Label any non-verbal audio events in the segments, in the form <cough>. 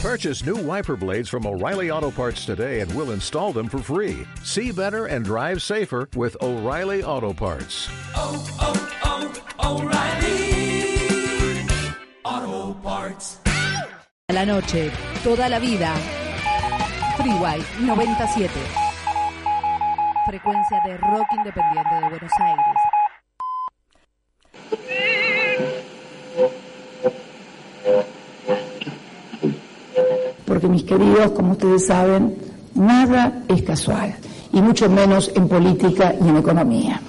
Purchase new wiper blades from O'Reilly Auto Parts today and we'll install them for free. See better and drive safer with O'Reilly Auto Parts. Oh, oh, oh, O'Reilly. Auto Parts. La noche, toda la vida. Freeway 97. Frecuencia de rock independiente de Buenos Aires. porque mis queridos, como ustedes saben, nada es casual, y mucho menos en política y en economía.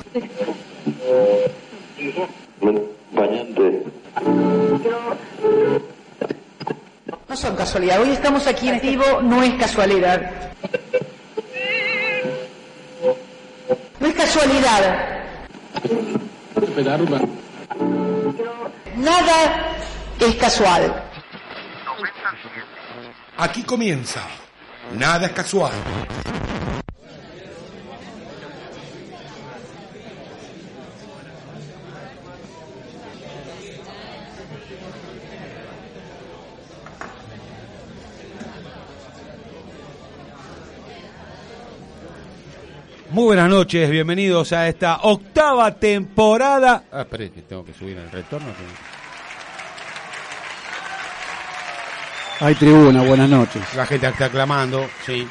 No son casualidad. Hoy estamos aquí en vivo, no es casualidad. No es casualidad. Nada es casual. Aquí comienza. Nada es casual. Muy buenas noches, bienvenidos a esta octava temporada. Ah, espere, que tengo que subir el retorno. que- Hay tribuna, buenas noches. La gente está clamando, sí.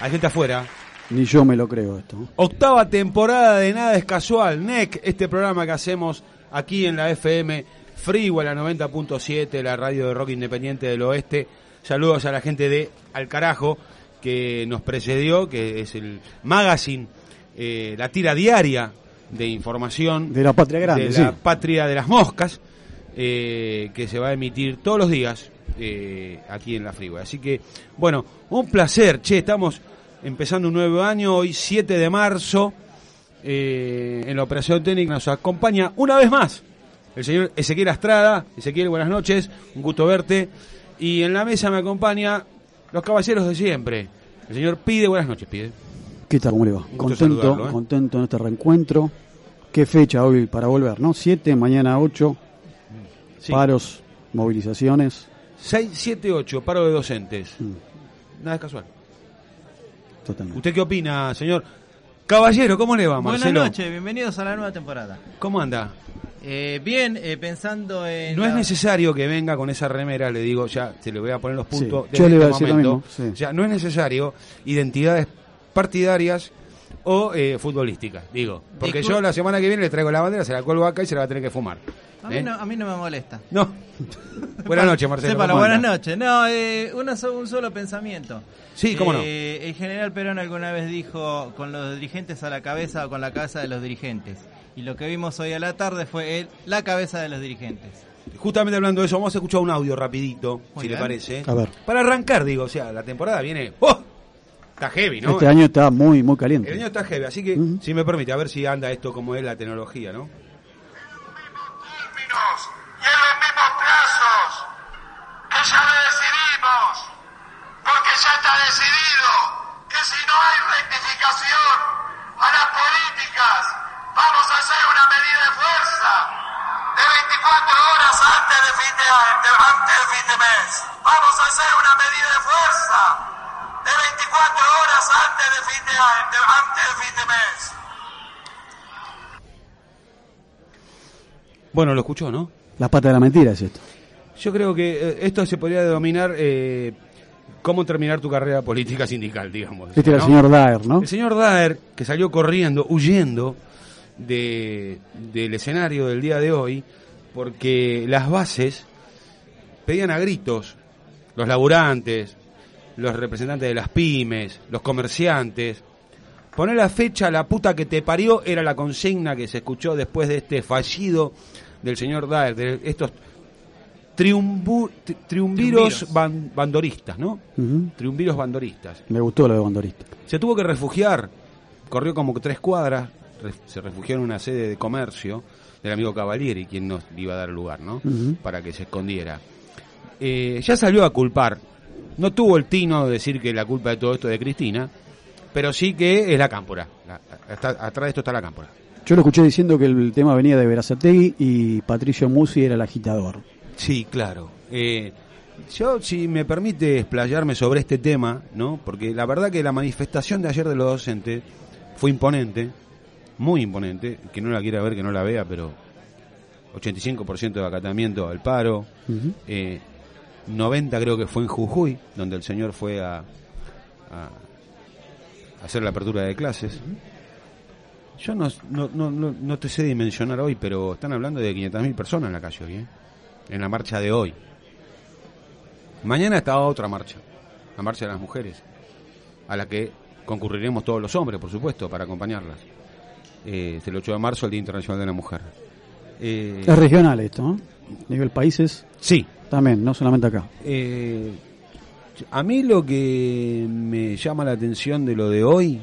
Hay gente afuera. Ni yo me lo creo esto. Octava temporada de Nada es Casual, NEC, este programa que hacemos aquí en la FM Freeway, la 90.7, la radio de rock independiente del oeste. Saludos a la gente de Al Carajo que nos precedió, que es el magazine, eh, la tira diaria de información. De la patria grande, de sí. la patria de las moscas, eh, que se va a emitir todos los días eh, aquí en la Freeway. Así que, bueno, un placer, che, estamos empezando un nuevo año, hoy 7 de marzo, eh, en la operación técnica nos acompaña una vez más el señor Ezequiel Astrada. Ezequiel, buenas noches, un gusto verte. Y en la mesa me acompaña los caballeros de siempre. El señor Pide, buenas noches, Pide. ¿Qué tal, cómo le va? gusto saludarlo, Contento, ¿eh? contento en este reencuentro. ¿Qué fecha hoy para volver, no? Siete, mañana ocho, Sí. paros, movilizaciones, 678, paro de docentes. Nada es casual. totalmente. ¿Usted qué opina, señor? Caballero, ¿cómo le va, Buenas Marcelo? noches, bienvenidos a la nueva temporada. ¿Cómo anda? Eh, bien, eh, pensando en. No es la- necesario que venga con esa remera, le digo, ya se le voy a poner los puntos. Sí, desde yo le iba a este decir lo momento. mismo, sí. Ya no es necesario identidades partidarias o eh, futbolísticas, digo. Porque Discul- yo la semana que viene le traigo la bandera, se la cuelgo acá y se la va a tener que fumar. Ah, A mí, ¿Eh? no, a mí no me molesta. No. <laughs> buenas noches, Marcelo. Sépalo, ¿cómo buenas anda? noches. No, eh, una so- un solo pensamiento. Sí, cómo no. Eh, el general Perón alguna vez dijo: con los dirigentes a la cabeza o con la cabeza de los dirigentes. Y lo que vimos hoy a la tarde fue el- la cabeza de los dirigentes. Justamente hablando de eso, vamos a escuchar un audio rapidito, si Muy le bien. parece. A ver. Para arrancar, digo, o sea, la temporada viene... ¡Oh! Está heavy, ¿no? Este año está muy, muy caliente. El año está heavy, así que, Ujú. si me permite, a ver si anda esto como es la tecnología, ¿no? términos y en los mismos plazos que ya lo decidimos, porque ya está decidido que si no hay rectificación a las políticas, vamos a hacer una medida de fuerza de 24 horas antes del fin de, de- antes del fin de mes. Vamos a hacer una medida de fuerza de 24 horas antes del fin de, de- antes del fin de mes. Bueno, lo escuchó, ¿no? La pata de la mentira es esto. Yo creo que eh, esto se podría denominar eh, cómo terminar tu carrera política sindical, digamos. Este era el ¿no? señor Daer, ¿no? El señor Daer, que salió corriendo, huyendo de, del escenario del día de hoy, porque las bases pedían a gritos, los laburantes, los representantes de las pymes, los comerciantes. Poner la fecha a la puta que te parió era la consigna que se escuchó después de este fallido del señor Daer, de estos triumbu- tri- triunviros Triunviros. ban- bandoristas, ¿no? Ujú. Triunviros bandoristas. Me gustó lo de Bandorista. Se tuvo que refugiar, corrió como tres cuadras, ref- se refugió en una sede de comercio del amigo Cavalieri, quien nos iba a dar lugar, ¿no? Ujú. Para que se escondiera. Eh, ya salió a culpar. No tuvo el tino de decir que la culpa de todo esto es de Cristina, pero sí que es la cámpora. La- está- atrás de esto está la cámpora. Yo lo escuché diciendo que el tema venía de Verazategui y Patricio Musi era el agitador. Sí, claro. Eh, Yo, si me permite explayarme sobre este tema, ¿no? Porque la verdad que la manifestación de ayer de los docentes fue imponente, muy imponente. Que no la quiera ver, que no la vea, pero 85% de acatamiento al paro. Ujú. eh, 90 creo que fue en Jujuy, donde el señor fue a, a hacer la apertura de clases. Yo no, no, no, no- no te sé dimensionar hoy, pero están hablando de 500.000 personas en la calle hoy, ¿eh? en la marcha de hoy. Mañana está otra marcha, la marcha de las mujeres, a la que concurriremos todos los hombres, por supuesto, para acompañarlas. Eh, es el 8 de marzo, el Día Internacional de la Mujer. Eh, Es regional esto, ¿no? Nivel países. Sí. También, no solamente acá. Eh, a mí lo que me llama la atención de lo de hoy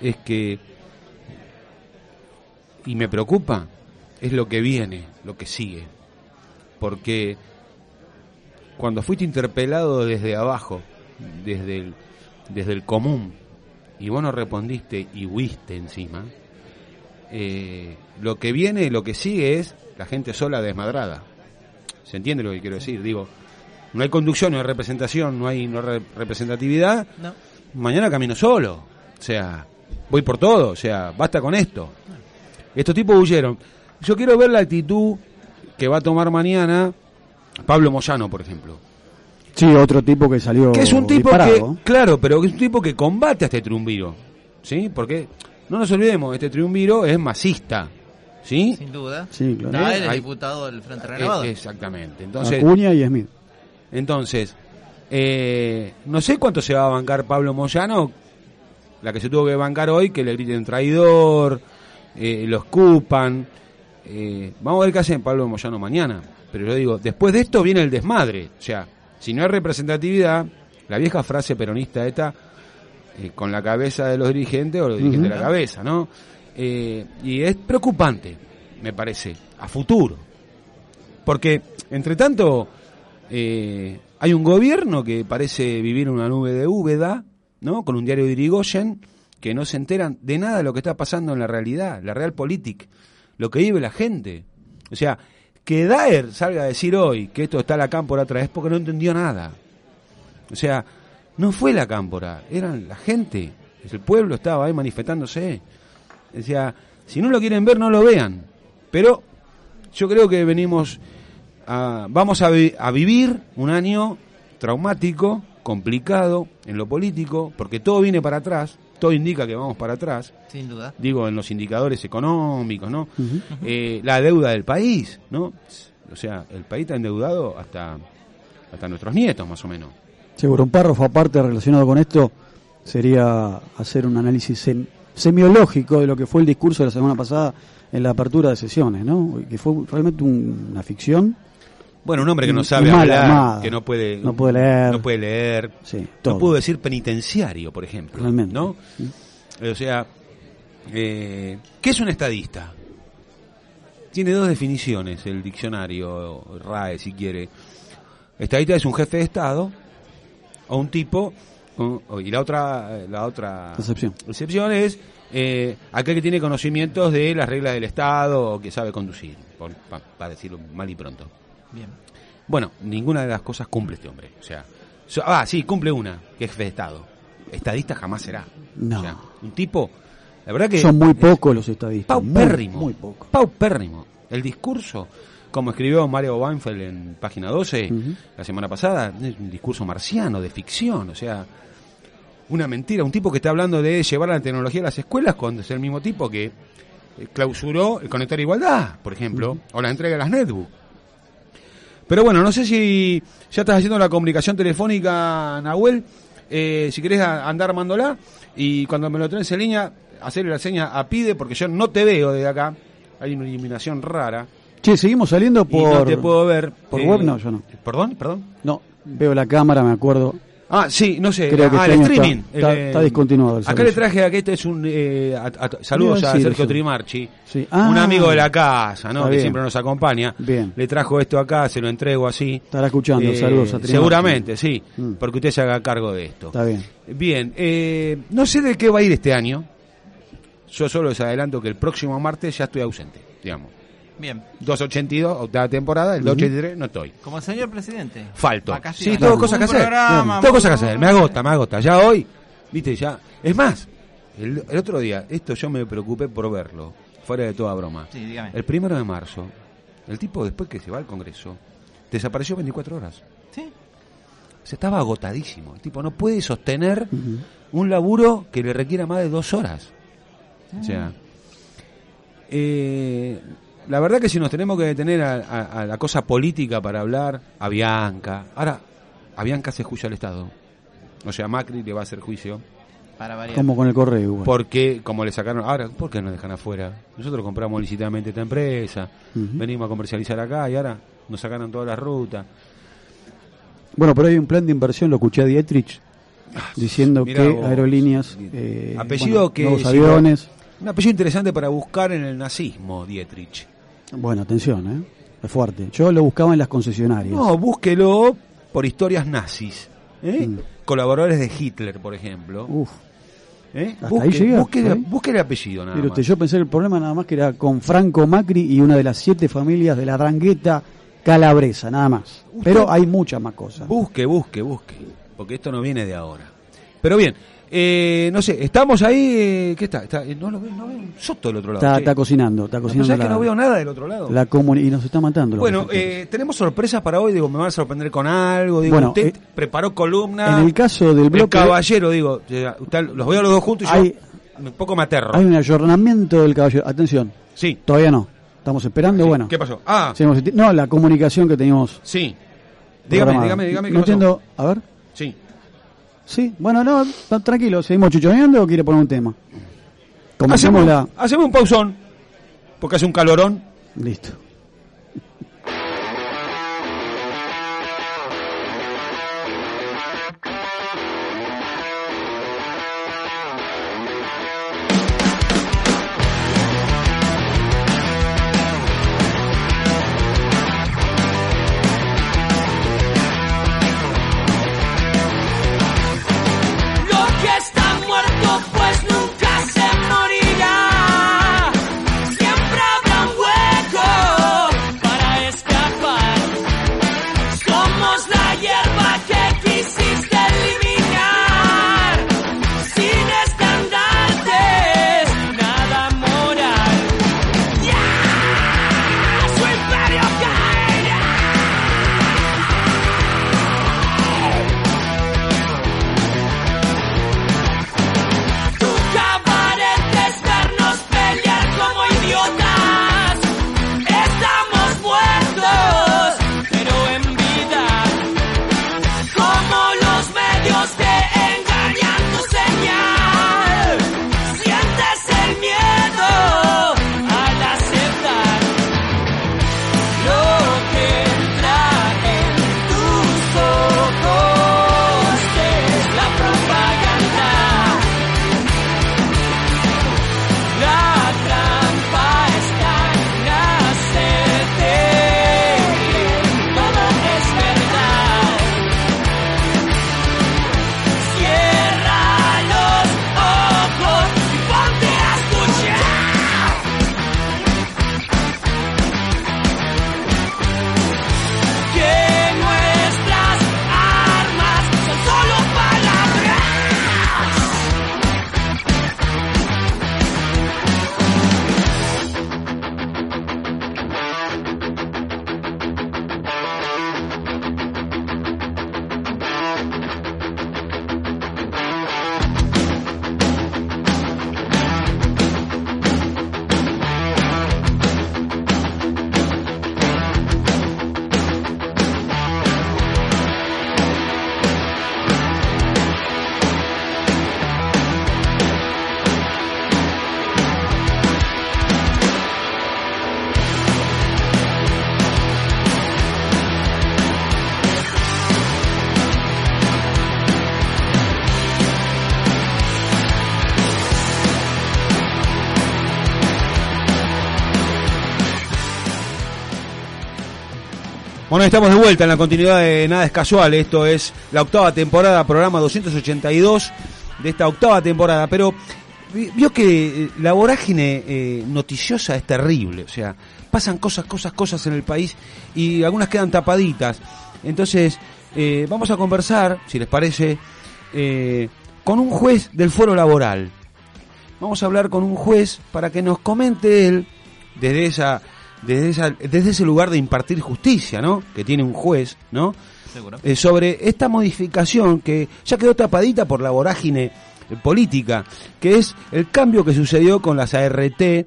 es que, y me preocupa, es lo que viene, lo que sigue. Porque cuando fuiste interpelado desde abajo, desde el, desde el común, y vos no respondiste y huiste encima, eh, lo que viene, lo que sigue es la gente sola desmadrada. ¿Se entiende lo que quiero decir? Digo, no hay conducción, no hay representación, no hay no hay re- representatividad. No. Mañana camino solo. O sea, voy por todo. O sea, basta con esto. Estos tipos huyeron. Yo quiero ver la actitud que va a tomar mañana Pablo Moyano, por ejemplo. Sí, otro tipo que salió. Que es un tipo Oh, disparado. que, claro, pero que es un tipo que combate a este triunviro. ¿Sí? Porque no nos olvidemos, este triunviro es masista. ¿Sí? Sin duda. Sí, claro. Está él, el Hay- diputado del Frente Eh, Renovado. Exactamente. Entonces, Acuña y Smith. Entonces, eh, no sé cuánto se va a bancar Pablo Moyano, la que se tuvo que bancar hoy, que le griten traidor, eh, lo escupan. eh, vamos a ver qué hacen Pablo Moyano mañana. Pero yo digo, después de esto viene el desmadre. O sea, si no hay representatividad, la vieja frase peronista esta, eh, con la cabeza de los dirigentes o los dirigentes de la Ujú. cabeza, ¿no? Eh, y es preocupante, me parece, a futuro. Porque, entre tanto, eh, hay un gobierno que parece vivir en una nube de Úbeda, ¿no? Con un diario de Irigoyen, que no se enteran de nada de lo que está pasando en la realidad, la real política, lo que vive la gente. O sea, que Daer salga a decir hoy que esto está la cámpora otra vez porque no entendió nada. O sea, no fue la cámpora, eran la gente. El pueblo estaba ahí manifestándose. O sea, si no lo quieren ver, no lo vean. Pero yo creo que venimos a- vamos a, vi- a vivir un año traumático, complicado en lo político, porque todo viene para atrás, todo indica que vamos para atrás, Sin duda. digo en los indicadores económicos, ¿no? Eh, la deuda del país, ¿no? O sea, el país está endeudado hasta, hasta nuestros nietos, más o menos. Seguro, un párrafo aparte relacionado con esto sería hacer un análisis sem- semiológico de lo que fue el discurso de la semana pasada en la apertura de sesiones, ¿no? Que fue realmente un- una ficción. Bueno, un hombre que no Y- sabe y mal hablar, armada. que no puede, No puede leer. no puede leer, todo. no pudo decir penitenciario, por ejemplo, Realmente. ¿no? O sea, eh, ¿qué es un estadista? Tiene dos definiciones el diccionario RAE, si quiere. Estadista es un jefe de Estado o un tipo o- o- y la otra eh, la otra Excepción. excepción es eh, aquel que tiene conocimientos de las reglas del Estado o que sabe conducir, para decirlo mal y pronto. Bien. Bueno, ninguna de las cosas cumple este hombre. O sea, so- ah, sí, cumple una, que es jefe de Estado. Estadista jamás será. No. O sea, un tipo, la verdad que Son muy pocos los estadistas. paupérrimo. Muy, muy pocos. Paupérrimo. El discurso, como escribió Mario Weinfeld en página 12 la semana pasada, es un discurso marciano, de ficción, o sea, una mentira. Un tipo que está hablando de llevar la tecnología a las escuelas cuando es el mismo tipo que eh, clausuró el conectar igualdad, por ejemplo, o la entrega de las netbooks. Pero bueno, no sé si ya estás haciendo la comunicación telefónica, Nahuel. Eh, si querés a- andar armándola y cuando me lo traes en línea, hacerle la seña a pide porque yo no te veo desde acá. Hay una iluminación rara. Che, seguimos saliendo Y no por. te puedo ver. por Eh, web, no, yo no. ¿Perdón? ¿Perdón? No, veo la cámara, me acuerdo. Ah, sí, no sé. Creo que ah, este el año está- streaming. está- Eh, está discontinuado el Acá le servicio. traje a que este es un. eh, a- a- saludos Iba a a decir Sergio eso. Trimarchi. Sí. Ah. un amigo de la casa, ¿no? Está Que bien. siempre nos acompaña. Bien. Le trajo esto acá, se lo entrego así. Eh, Estará escuchando, saludos a Trimarchi. Seguramente, sí. Mm. Porque usted se haga cargo de esto. Está bien. Bien, eh, no sé de qué va a ir este año. Yo solo les adelanto que el próximo martes ya estoy ausente, digamos. Bien. 282, octava temporada, el 283 no estoy. Como el señor presidente. Falto. Vacaciones. Sí, tengo Un cosas que hacer. programa, Tengo cosas que hacer. Me agota, me agota. Ya hoy, viste, ya. Es más, el, el otro día, esto yo me preocupé por verlo, fuera de toda broma. Sí, dígame. El primero de marzo, el tipo después que se va al Congreso, desapareció 24 horas. Sí. Se estaba agotadísimo. El tipo no puede sostener un laburo que le requiera más de dos horas. O sea, eh, la verdad que si nos tenemos que detener a, a- a la cosa política para hablar, a Bianca. Ahora, a Bianca se juicio al Estado. O sea, Macri le va a hacer juicio. Para variar. Como con el correo. igual. Porque, como le sacaron, ahora, ¿por qué nos dejan afuera? Nosotros compramos lícitamente esta empresa, Ujú. venimos a comercializar acá y ahora nos sacaron todas las rutas. Bueno, pero hay un plan de inversión, lo escuché a Dietrich, diciendo Ah, mirá que vos. aerolíneas, eh, apellido bueno, que. nuevos si- aviones. un apellido interesante para buscar en el nazismo, Dietrich. Bueno, atención, ¿eh? es fuerte. Yo lo buscaba en las concesionarias. No, búsquelo por historias nazis. ¿eh? Mm. Colaboradores de Hitler, por ejemplo. Uf. ¿Eh? Uh, Hasta Busque, ahí llega, busque ¿eh? la- busque el apellido, nada Mire más. usted, este, yo pensé que el problema nada más que era con Franco Macri y una de las siete familias de la drangueta calabresa, nada más. Pero hay muchas más cosas. Busque, busque, busque. Porque esto no viene de ahora. Pero bien, eh, no sé, estamos ahí. eh, ¿Qué está? Está- eh, no lo veo, no veo un soto del otro lado. Está, che. está cocinando, está No, cocinando. pero ¿sabes la- que no veo nada del otro lado? la comuni- y nos está matando. los Bueno, reflectores. eh, tenemos sorpresas para hoy. Digo, me van a sorprender con algo. Digo, Bueno, usted eh, preparó columna. en el caso del bloque- caballero, digo. eh, usted- los veo a los dos juntos y Hay- yo un poco me aterro. Hay un ayornamiento del caballero. Atención. Sí. Todavía no. Estamos esperando, bueno. ¿Qué pasó? Ah, Seguimos esti- No, la comunicación que teníamos. sí. Dígame, programada. dígame, dígame. ¿qué No pasó? entiendo. A ver. Sí. Sí. Bueno, no, t- tranquilo. ¿Seguimos chichoneando o quiere poner un tema? Comenzamos Hacemos, la. hacemos un pausón. Porque hace un calorón. Listo. Lo que está muerto pues nunca se morirá. Siempre habrá un hueco para escapar. Somos la hierba que quisiste eliminar. Sin estandartes, nada moral. ¡Ya! ¡Su imperio caerá! Tu cabaret es vernos pelear como idiotas. Estamos muertos, pero en vida. Como los medios te engañan tu señal. Sientes el miedo al aceptar lo que entra en tus ojos. Es la propaganda. La trampa está en hacerte bien. Todo es verdad. Cierra los ojos y ponte a escuchar. Que nuestras armas son solo palabras. Bueno, estamos de vuelta en la continuidad de Nada es Casual. Esto es la octava temporada, programa 282 de esta octava temporada. Pero vi- vio que eh, la vorágine eh, noticiosa es terrible, o sea, pasan cosas, cosas, cosas en el país y algunas quedan tapaditas. Entonces, eh, vamos a conversar, si les parece, eh, con un juez del foro laboral. Vamos a hablar con un juez para que nos comente él desde esa desde esa desde ese lugar de impartir justicia, ¿no? Que tiene un juez, ¿no? Seguro. Eh, sobre esta modificación que ya quedó tapadita por la vorágine eh, política, que es el cambio que sucedió con las ART y,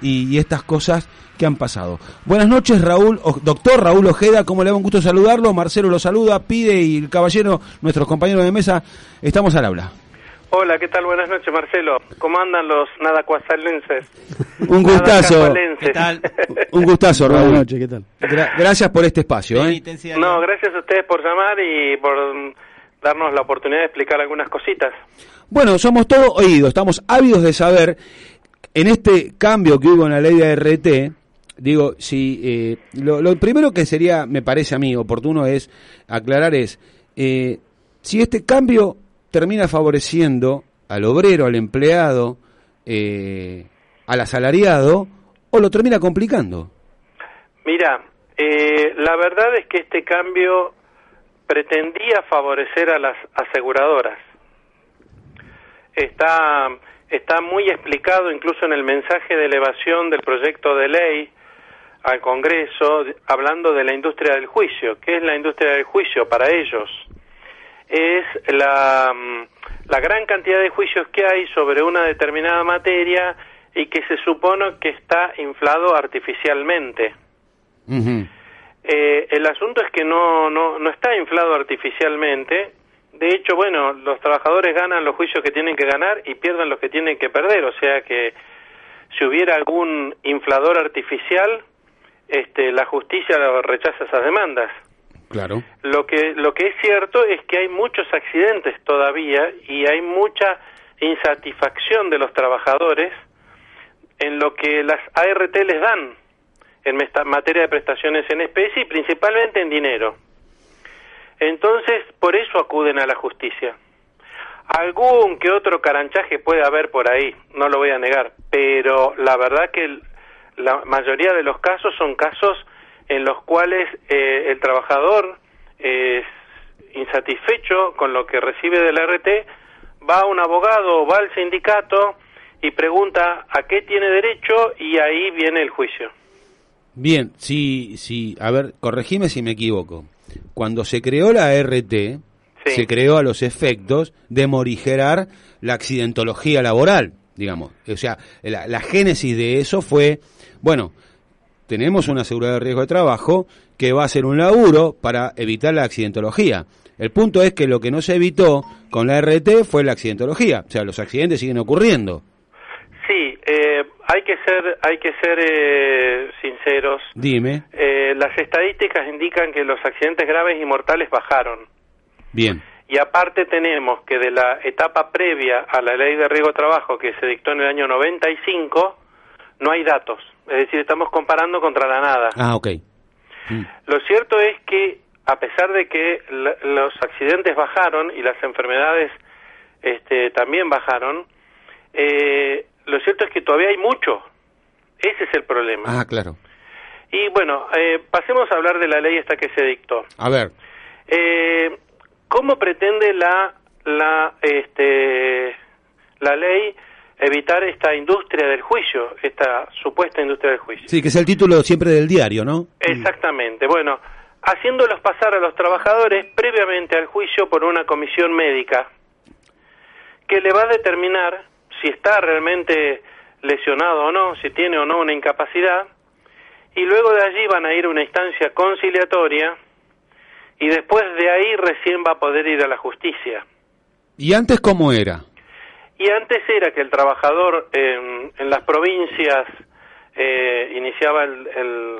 y estas cosas que han pasado. Buenas noches, Raúl, o- doctor Raúl Ojeda, ¿cómo le va un gusto saludarlo? Marcelo lo saluda, pide y el caballero, nuestros compañeros de mesa, estamos al habla. Hola, ¿qué tal? Buenas noches, Marcelo. ¿Cómo andan los nada cuasalenses? Un Nada gustazo, casalenses. <laughs> un gustazo, Raúl. Buenas noches, ¿qué tal? Gra- gracias por este espacio. ¿eh? No, gracias a ustedes por llamar y por mm, darnos la oportunidad de explicar algunas cositas. Bueno, somos todos oídos, estamos ávidos de saber, en este cambio que hubo en la ley de RT, digo, si eh, lo, lo primero que sería, me parece a mí, oportuno es aclarar es, eh, si este cambio termina favoreciendo al obrero, al empleado, eh, al asalariado, o lo termina complicando. Mira, eh, la verdad es que este cambio pretendía favorecer a las aseguradoras. Está, está muy explicado incluso en el mensaje de elevación del proyecto de ley al Congreso, hablando de la industria del juicio. ¿Qué es la industria del juicio para ellos? Es la, mm, la gran cantidad de juicios que hay sobre una determinada materia y que se supone que está inflado artificialmente. Eh, el asunto es que no, no, no está inflado artificialmente. De hecho, bueno, los trabajadores ganan los juicios que tienen que ganar y pierden los que tienen que perder. O sea que si hubiera algún inflador artificial, este, la justicia rechaza esas demandas. Claro. Lo que, lo que es cierto es que hay muchos accidentes todavía y hay mucha insatisfacción de los trabajadores en lo que las ART les dan en mesta- materia de prestaciones en especie y principalmente en dinero. Entonces, por eso acuden a la justicia. Algún que otro caranchaje puede haber por ahí, no lo voy a negar, pero la verdad que el- la mayoría de los casos son casos en los cuales eh, el trabajador es insatisfecho con lo que recibe del RT, va a un abogado o va al sindicato y pregunta a qué tiene derecho y ahí viene el juicio. Bien, sí, sí, a ver, corregime si me equivoco. Cuando se creó la RT, se creó a los efectos de morigerar la accidentología laboral, digamos. O sea, la, la génesis de eso fue, bueno, tenemos una seguridad de riesgo de trabajo que va a ser un laburo para evitar la accidentología. El punto es que lo que no se evitó con la RT fue la accidentología. O sea, los accidentes siguen ocurriendo. Sí, eh, hay que ser, hay que ser eh, sinceros. Dime. Eh, las estadísticas indican que los accidentes graves y mortales bajaron. Bien. Y aparte tenemos que de la etapa previa a la ley de riesgo de trabajo que se dictó en el año 95, no hay datos. Es decir, estamos comparando contra la nada. Ah, ok. Mm. Lo cierto es que, a pesar de que la- los accidentes bajaron y las enfermedades este, también bajaron, eh, lo cierto es que todavía hay mucho. Ese es el problema. Ah, claro. Y bueno, eh, pasemos a hablar de la ley esta que se dictó. A ver, Eh, ¿Cómo pretende la, la, este, la ley evitar esta industria del juicio, esta supuesta industria del juicio? sí, que es el título siempre del diario, ¿no? Exactamente. Bueno, haciéndolos pasar a los trabajadores previamente al juicio por una comisión médica que le va a determinar si está realmente lesionado o no, si tiene o no una incapacidad, y luego de allí van a ir a una instancia conciliatoria y después de ahí recién va a poder ir a la justicia. ¿Y antes cómo era? Y antes era que el trabajador en, en las provincias eh, iniciaba el, el-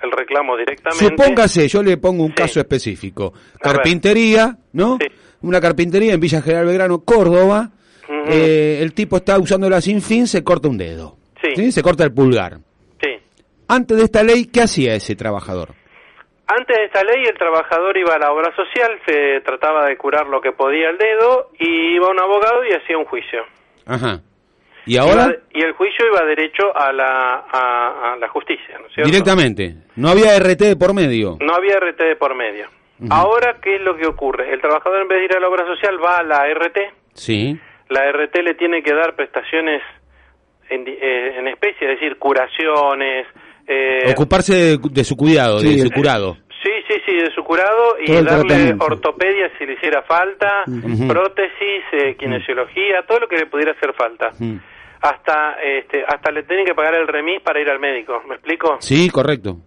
el reclamo directamente. Supóngase, yo le pongo un caso específico. Carpintería, ¿no? Una carpintería en Villa General Belgrano, Córdoba. Ujú. Eh, el tipo está usándola sin fin, se corta un dedo. Sí. Se corta el pulgar. Sí. Antes de esta ley, ¿qué hacía ese trabajador? Antes de esta ley, el trabajador iba a la obra social, se trataba de curar lo que podía el dedo, y iba a un abogado y hacía un juicio. Ajá. ¿Y ahora? Iba- y el juicio iba derecho a la, a, a la justicia, ¿no es cierto? Mm. Directamente. No había RT de por medio. No había RT de por medio. Ujú. Ahora, ¿qué es lo que ocurre? El trabajador en vez de ir a la obra social va a la RT, Sí. la RT le tiene que dar prestaciones en, di- eh, en especie, es decir, curaciones. eh, Ocuparse de, de su cuidado, Sí, de su el- curado. Sí, sí, sí, de su curado y Todo el darle tratamiento. ortopedia si le hiciera falta, Ujú. prótesis, eh, kinesiología, todo lo que le pudiera hacer falta. Hasta este, hasta le tienen que pagar el remis para ir al médico, ¿me explico? Sí, correcto.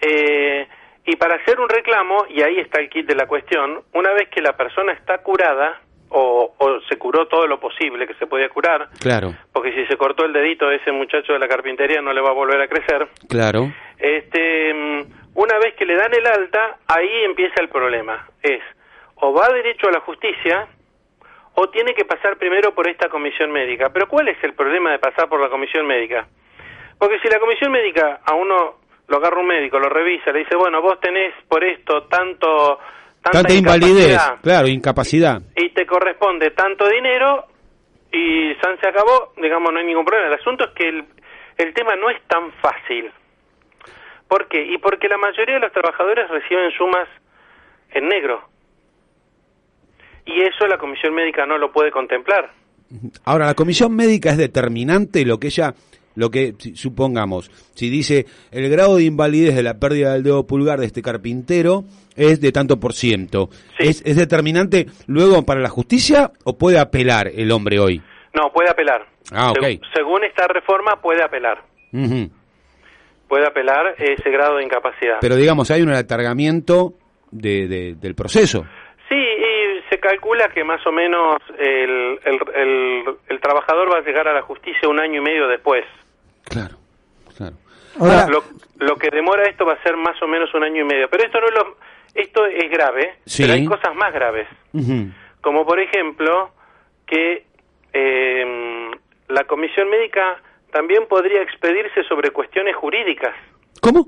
Eh, y para hacer un reclamo, y ahí está el kit de la cuestión, una vez que la persona está curada o, o se curó todo lo posible que se podía curar, Claro, porque si se cortó el dedito ese muchacho de la carpintería no le va a volver a crecer, claro. este, mm, una vez que le dan el alta, ahí empieza el problema. Es o va derecho a la justicia o tiene que pasar primero por esta comisión médica. Pero ¿cuál es el problema de pasar por la comisión médica? Porque si la comisión médica a uno lo agarra un médico, lo revisa, le dice, bueno, vos tenés por esto tanto, tanta, Tanta invalidez, incapacidad claro, incapacidad. y te corresponde tanto dinero y San se acabó, digamos, no hay ningún problema. El asunto es que el, el tema no es tan fácil. ¿Por qué? Y porque la mayoría de los trabajadores reciben sumas en negro. Y eso la comisión médica no lo puede contemplar. Ahora, la comisión médica es determinante lo que ella, lo que si- supongamos, si dice el grado de invalidez de la pérdida del dedo pulgar de este carpintero es de tanto por ciento. ¿Es, ¿Es determinante luego para la justicia o puede apelar el hombre hoy? No, puede apelar. Ah, ok. Seg- según esta reforma, puede apelar. Ujú. Puede apelar ese grado de incapacidad. Pero digamos, hay un alargamiento de- de- del proceso. Sí, y se calcula que más o menos el, el, el- el trabajador va a llegar a la justicia un año y medio después. Ahora, lo, lo que demora esto va a ser más o menos un año y medio. Pero esto no es lo- esto es grave, Sí. pero hay cosas más graves. Ujú. Como por ejemplo que eh, la comisión médica también podría expedirse sobre cuestiones jurídicas. ¿Cómo?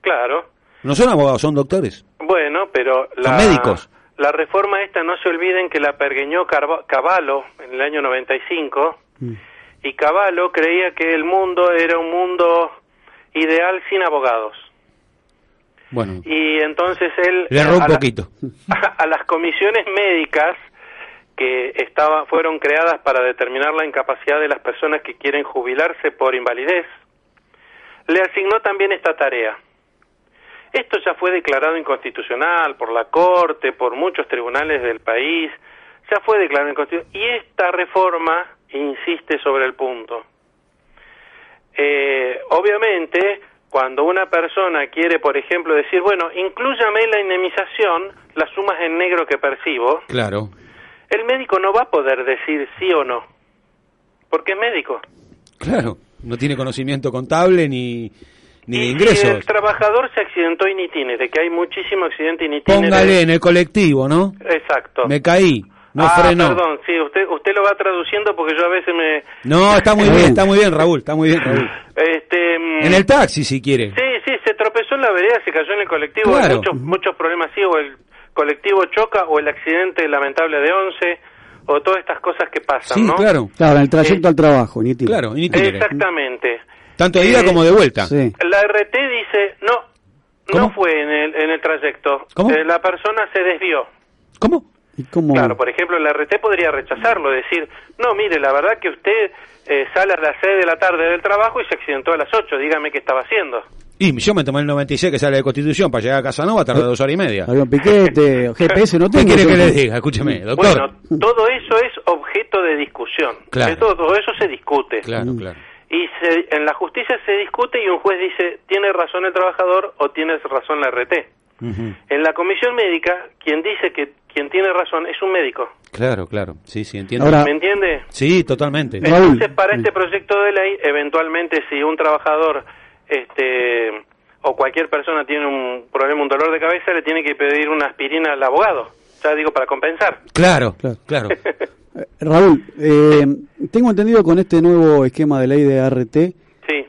Claro. No son abogados, son doctores. Bueno, pero la, Son médicos. la reforma esta, no se olviden que la pergueñó Carva- Cavallo en el año 95 Mm. y Cavallo creía que el mundo era un mundo ideal sin abogados. Bueno, Y entonces él le erró a, un la- poquito. <laughs> a las comisiones médicas que estaba, fueron creadas para determinar la incapacidad de las personas que quieren jubilarse por invalidez, le asignó también esta tarea. Esto ya fue declarado inconstitucional por la Corte, por muchos tribunales del país, ya fue declarado inconstitucional. Y esta reforma insiste sobre el punto. Eh, obviamente, cuando una persona quiere, por ejemplo, decir, bueno, incluyame en la indemnización, las sumas en negro que percibo, Claro, el médico no va a poder decir sí o no, porque es médico. claro. No tiene conocimiento contable ni, ni de Si ingresos. el trabajador se accidentó in itinere, que hay muchísimo accidente in itinere. Póngale en el colectivo, ¿no? Exacto. Me caí, no ah, frenó. perdón, sí, usted, usted lo va traduciendo porque yo a veces me... No, está muy bien, está muy bien, Raúl, está muy bien, Raúl. Este, mm, En el taxi, si quiere. Sí, sí, se tropezó en la vereda, se cayó en el colectivo, Claro. hay muchos, muchos problemas así, o el colectivo choca, o el accidente lamentable de Once, o todas estas cosas que pasan, ¿no? Claro, en el trayecto al trabajo, ni tira. Eh, Claro, Exactamente. Tanto de ida Eh, como de vuelta. Sí. La RT dice, no, no fue en el, en el trayecto, ¿Cómo? Eh, la persona se desvió. ¿Y cómo? Claro, por ejemplo, la RT podría rechazarlo, decir, no, mire, la verdad que usted eh, sale a las 6 de la tarde del trabajo y se accidentó a las 8, dígame qué estaba haciendo. Y yo me tomé el 96 que sale de Constitución para llegar a Casanova, tardé dos horas y media. Había un <laughs> piquete, GPS, no ¿Qué Eh, tengo. quiere yo. que le diga? Escúcheme, doctor. Bueno, todo eso es objeto de discusión. Claro. De Todo, todo eso se discute. Mm. Claro, claro. Y se- en la justicia se discute y un juez dice, ¿tiene razón el trabajador o tiene razón la RT? En la comisión médica, quien dice que quien tiene razón es un médico. Claro, claro. Sí, sí, entiendo. ¿Me entiende? Sí, totalmente. Entonces, para este proyecto de ley, eventualmente, si un trabajador este, o cualquier persona tiene un problema, un dolor de cabeza, le tiene que pedir una aspirina al abogado. Ya digo, para compensar. Claro, claro. <laughs> Raúl, eh, tengo entendido con este nuevo esquema de ley de ART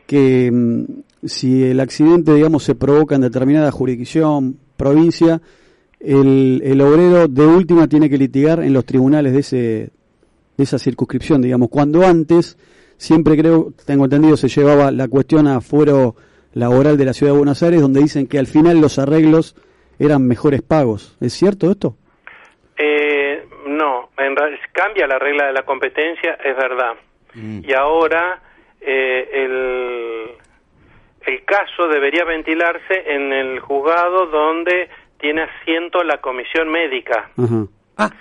que mm, si el accidente, digamos, se provoca en determinada jurisdicción, provincia, el, el obrero de última tiene que litigar en los tribunales de ese de esa circunscripción, digamos, cuando antes, siempre creo, tengo entendido, se llevaba la cuestión a fuero laboral de la ciudad de Buenos Aires, donde dicen que al final los arreglos eran mejores pagos. ¿Es cierto esto? Eh, no, en ra- cambia la regla de la competencia, es verdad. Mm. Y ahora eh, el, el caso debería ventilarse en el juzgado donde tiene asiento la comisión médica. Ajá.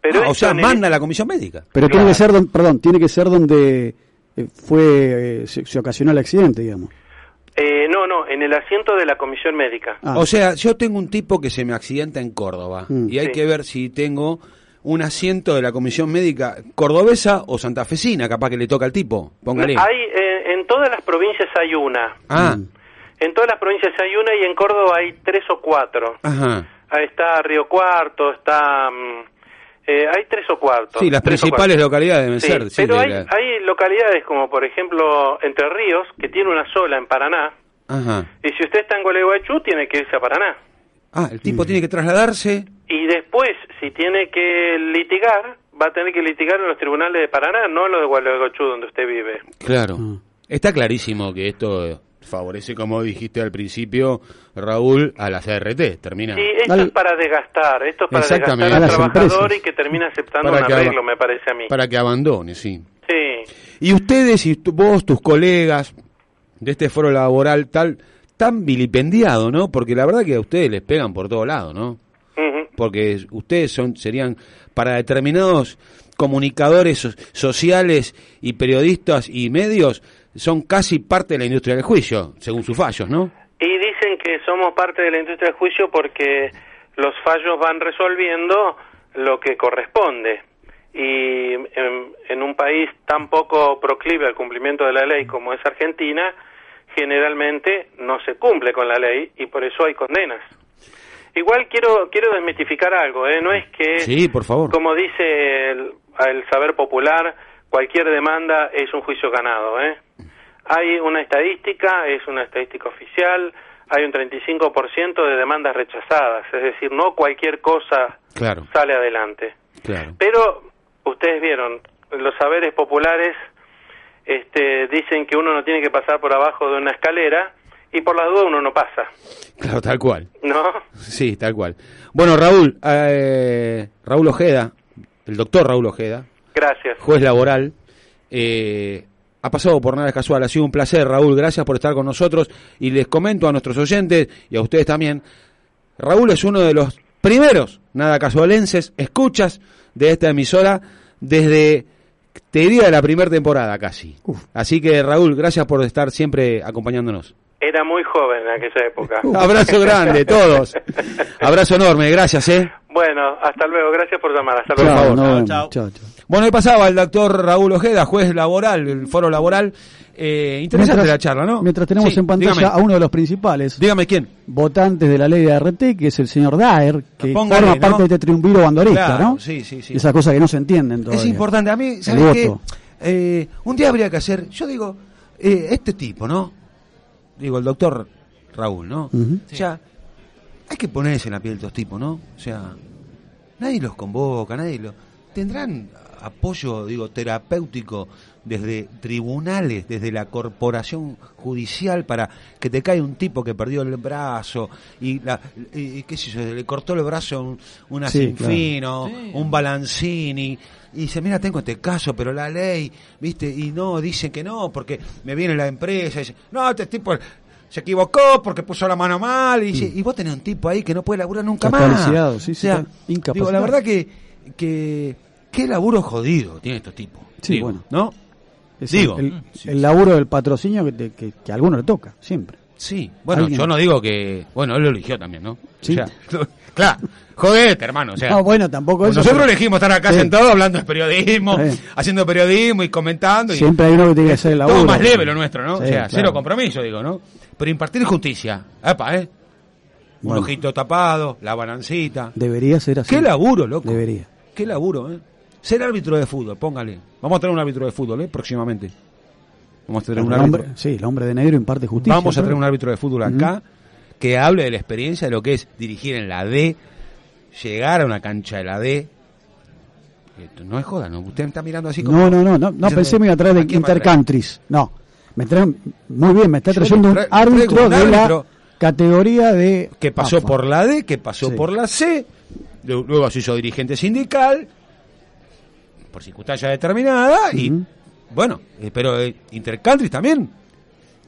Pero Ah, o esto sea, en el- manda la comisión médica. Pero tiene que ser, don- perdón, tiene que ser donde eh, fue eh, se, se ocasionó el accidente, digamos. eh, no, no, en el asiento de la comisión médica. Ah, O sea, yo tengo un tipo que se me accidenta en Córdoba Mm. y hay Sí. que ver si tengo un asiento de la comisión médica cordobesa o santafesina, capaz que le toca al tipo. Póngale. Hay, eh, en todas las provincias hay una. Ah, En todas las provincias hay una y en Córdoba hay tres o cuatro. ajá. Ahí está Río Cuarto, está... mm, eh, hay tres o cuarto. Sí, las tres o principales cuarto. localidades deben Sí, ser, sí, pero de hay, la- hay localidades como, por ejemplo, Entre Ríos, que tiene una sola en Paraná. Ajá. Y si usted está en Gualeguaychú, tiene que irse a Paraná. Ah, el tipo tiene que trasladarse. Y después, si tiene que litigar, va a tener que litigar en los tribunales de Paraná, no en los de Gualeguaychú, donde usted vive. Claro. Mm. Está clarísimo que esto favorece, como dijiste al principio, Raúl, a las ART. Termina. Sí, esto es para desgastar, esto es para desgastar Exactamente. al A las trabajador empresas. y que termina aceptando Para un que haga- arreglo, me parece a mí. Para que abandone, sí. Sí. Y ustedes y tu- vos, tus colegas de este foro laboral tal, tan vilipendiado, ¿no? Porque la verdad que a ustedes les pegan por todo lado, ¿no? Ujú. Porque ustedes son serían para determinados comunicadores so- sociales y periodistas y medios son casi parte de la industria del juicio, según sus fallos, ¿no? Y dicen que somos parte de la industria del juicio porque los fallos van resolviendo lo que corresponde. Y en, en un país tan poco proclive al cumplimiento de la ley como es Argentina, generalmente no se cumple con la ley y por eso hay condenas. Igual quiero quiero desmitificar algo, ¿eh? no es que Sí, por favor. como dice el, el saber popular, cualquier demanda es un juicio ganado. ¿eh? Hay una estadística, es una estadística oficial, hay un 35% de demandas rechazadas, es decir, no cualquier cosa Claro, sale adelante. claro. Pero ustedes vieron, los saberes populares este, dicen que uno no tiene que pasar por abajo de una escalera y por la duda uno no pasa, Claro, tal cual. ¿no? Sí, tal cual. Bueno, Raúl, eh, Raúl Ojeda, el doctor Raúl Ojeda, Gracias. juez laboral, eh, ha pasado por nada es casual. Ha sido un placer, Raúl. Gracias por estar con nosotros. Y les comento a nuestros oyentes y a ustedes también. Raúl es uno de los primeros nada casualenses escuchas de esta emisora desde, te diría, la primera temporada casi. Así que, Raúl, gracias por estar siempre acompañándonos. Era muy joven en aquella época. Abrazo grande, todos. Abrazo enorme, gracias, ¿eh? Bueno, hasta luego. Gracias por llamar. Hasta Por luego. favor. Bueno, ahí pasaba el doctor Raúl Ojeda, juez laboral, el foro laboral. Eh, interesante Mientras- la charla, ¿no? Mientras tenemos Sí, en pantalla dígame. a uuno de los principales. Dígame quién. Votantes de la ley de ART, que es el señor Daer, que Póngale, forma ¿no? parte de este triunviro bandorista, Claro, ¿no? sí, sí, sí. Esas cosas que no se entienden todavía. Es importante. A mí, El ¿sabes qué? voto. Eh, un día habría que hacer, yo digo, eh, este tipo, ¿no? Digo, el doctor Raúl, ¿no? Ujú. O sea, hay que ponerse en la piel de estos tipos, ¿no? O sea, nadie los convoca, nadie los... ¿Tendrán apoyo, digo, terapéutico desde tribunales, desde la corporación judicial para que te cae un tipo que perdió el brazo y, la, y- y qué sé yo, le cortó el brazo a un, una Sí, Sinfino, un Balancini. Y dice, mira, tengo este caso, pero la ley, ¿viste? Y no, dicen que no, porque me viene la empresa. Y dice, no, este tipo se equivocó porque puso la mano mal. Y, dice, y vos tenés un tipo ahí que no puede laburar nunca más. Capacitado, sí, sí, O sea, está incapacitado. digo, la verdad que, que qué laburo jodido tiene estos tipos. Sí, Digo, bueno. ¿No? Es Digo. Mm, El, el laburo del patrocinio que, te- que, que a alguno le toca, siempre. Sí, bueno, Alguien. yo no digo que... Bueno, él lo eligió también, ¿no? Sí. O sea, <laughs> claro, jodete, hermano. O sea, pues no, bueno, tampoco eso. Nosotros pero elegimos estar acá Sí. sentados hablando de periodismo, Está bien. haciendo periodismo y comentando. Y Siempre hay uno que tiene que hacer el laburo. todo más leve lo nuestro, ¿no? Sí, o sea, claro. cero compromiso, digo, ¿no? Pero impartir justicia. Apa, ¿eh? Bueno. Un ojito tapado, la balancita. Debería ser así. Qué laburo, loco. Debería. Qué laburo, ¿eh? Ser árbitro de fútbol, póngale. Vamos a tener un árbitro de fútbol, ¿eh? Próximamente. Vamos a tener un El árbitro. hombre, sí, el hombre de negro imparte justicia. Vamos a pero- tener un árbitro de fútbol acá que hable de la experiencia de lo que es dirigir en la D, llegar a una cancha de la D, Que no es joda, ¿no? Usted me está mirando así como... No, no, no, no, no Yo pensé me iba a traer ¿a de quién va a traer? Intercountries. No. Me traen, muy bien, me está Yo trayendo le un tra- traigo un árbitro de la árbitro. categoría de. que pasó AFA. por la D, que pasó Sí. por la C, lu- luego se hizo dirigente sindical, por circunstancia determinada, y bueno, eh, pero eh, Intercountry también.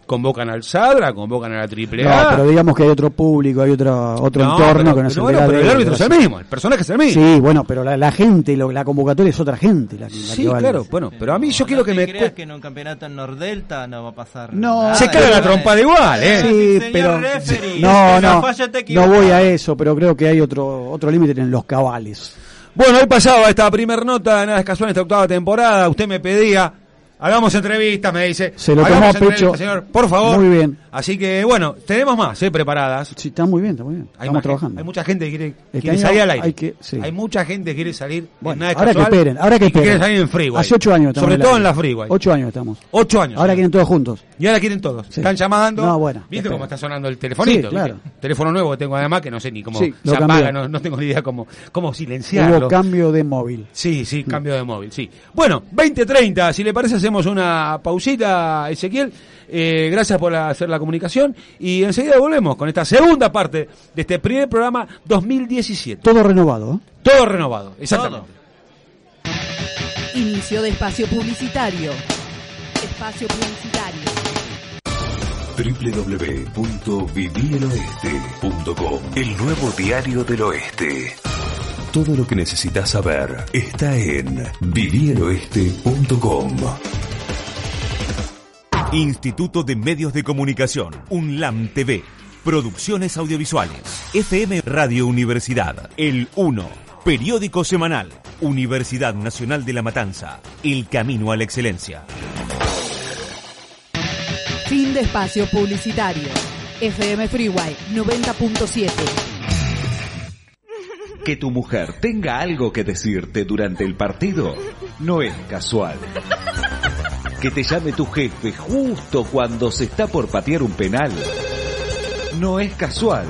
Convocan al Sadra, convocan a la Triple No, A. pero digamos que hay otro público, hay otro, otro No, entorno que pero- no pero es el bueno, de la pero el D, árbitro es el gracias. mismo, el personaje es el mismo. Sí, bueno, pero la, la gente, lo- la convocatoria es otra gente. La, la Sí, que va al- claro, bueno, pero a mí yo quiero que me... creas que en un campeonato en Nordelta no va a pasar No, nada. Se caga la trompa de igual, ¿eh? Sí, señor pero- referee, No, esa no, falla te no voy a eso, pero creo que hay otro otro límite en los cabales. Bueno, hoy pasaba esta primer nota de Nada es Casual en esta octava temporada. Usted me pedía, hagamos entrevistas, me dice. Se lo tomó hagamos a pecho. entrevistas, señor, por favor. Muy bien. Así que, bueno, tenemos más, ¿eh? Preparadas. Sí, está muy bien, está muy bien. Hay Estamos más trabajando. gente, Hay mucha gente que quiere, Este quiere año salir al aire. hay Hay, que- sí. mucha gente que quiere salir en Nada es Ahora que Casual esperen, ahora que y esperen. quiere salir en Freeway. Hace ocho años estamos Sobre al todo aire. en la Freeway. Ocho años estamos. Ocho años. Ahora quieren todos juntos. Y ahora quieren todos. Sí. Están llamando. No, bueno, ¿Viste espera. cómo está sonando el telefonito? Sí, claro. ¿Viste? Teléfono nuevo que tengo además que no sé ni cómo Sí, lo se apaga, cambié. no, no tengo ni idea cómo, cómo silenciarlo. Hubo cambio de móvil. Sí, sí, cambio de móvil, sí. Bueno, 20.30, si le parece hacemos una pausita, Ezequiel. Eh, gracias por hacer la comunicación y enseguida volvemos con esta segunda parte de este primer programa 2017. Todo renovado. ¿eh? Todo renovado, exactamente. Inicio de espacio publicitario. Espacio publicitario. www.vivieloeste.com El nuevo diario del oeste. Todo lo que necesitas saber está en vivieloeste.com. Instituto de Medios de Comunicación, UNLAM TV. Producciones audiovisuales. FM Radio Universidad. El 1. Periódico semanal. Universidad Nacional de la Matanza. El camino a la excelencia. Fin de espacio publicitario. FM Freeway 90.7. Que tu mujer tenga algo que decirte durante el partido no es casual. Que te llame tu jefe justo cuando se está por patear un penal no es casual.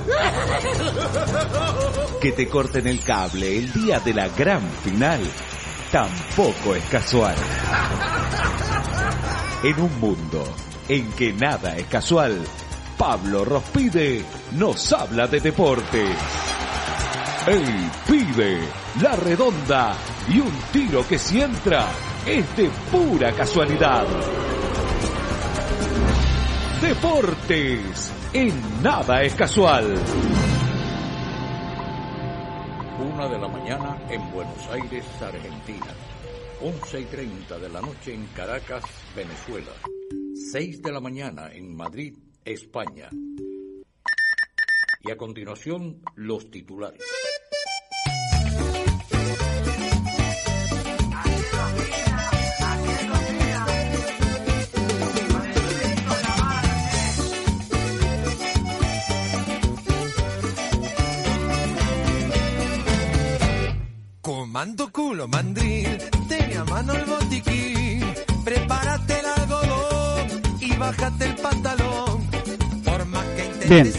Que te corten el cable el día de la gran final tampoco es casual. En un mundo en que nada es casual, Pablo Rospide nos habla de deporte. El pibe, la redonda y un tiro que si entra es de pura casualidad. Deportes, en nada es casual. Una de la mañana en Buenos Aires, Argentina. 11 y 30 de la noche en Caracas, Venezuela. 6 de la mañana en Madrid, España. Y a continuación, los titulares. Comando culo mandril, tenía a mano el botiquín. Prepárate el algodón y bájate el pantalón. Por más que Bien.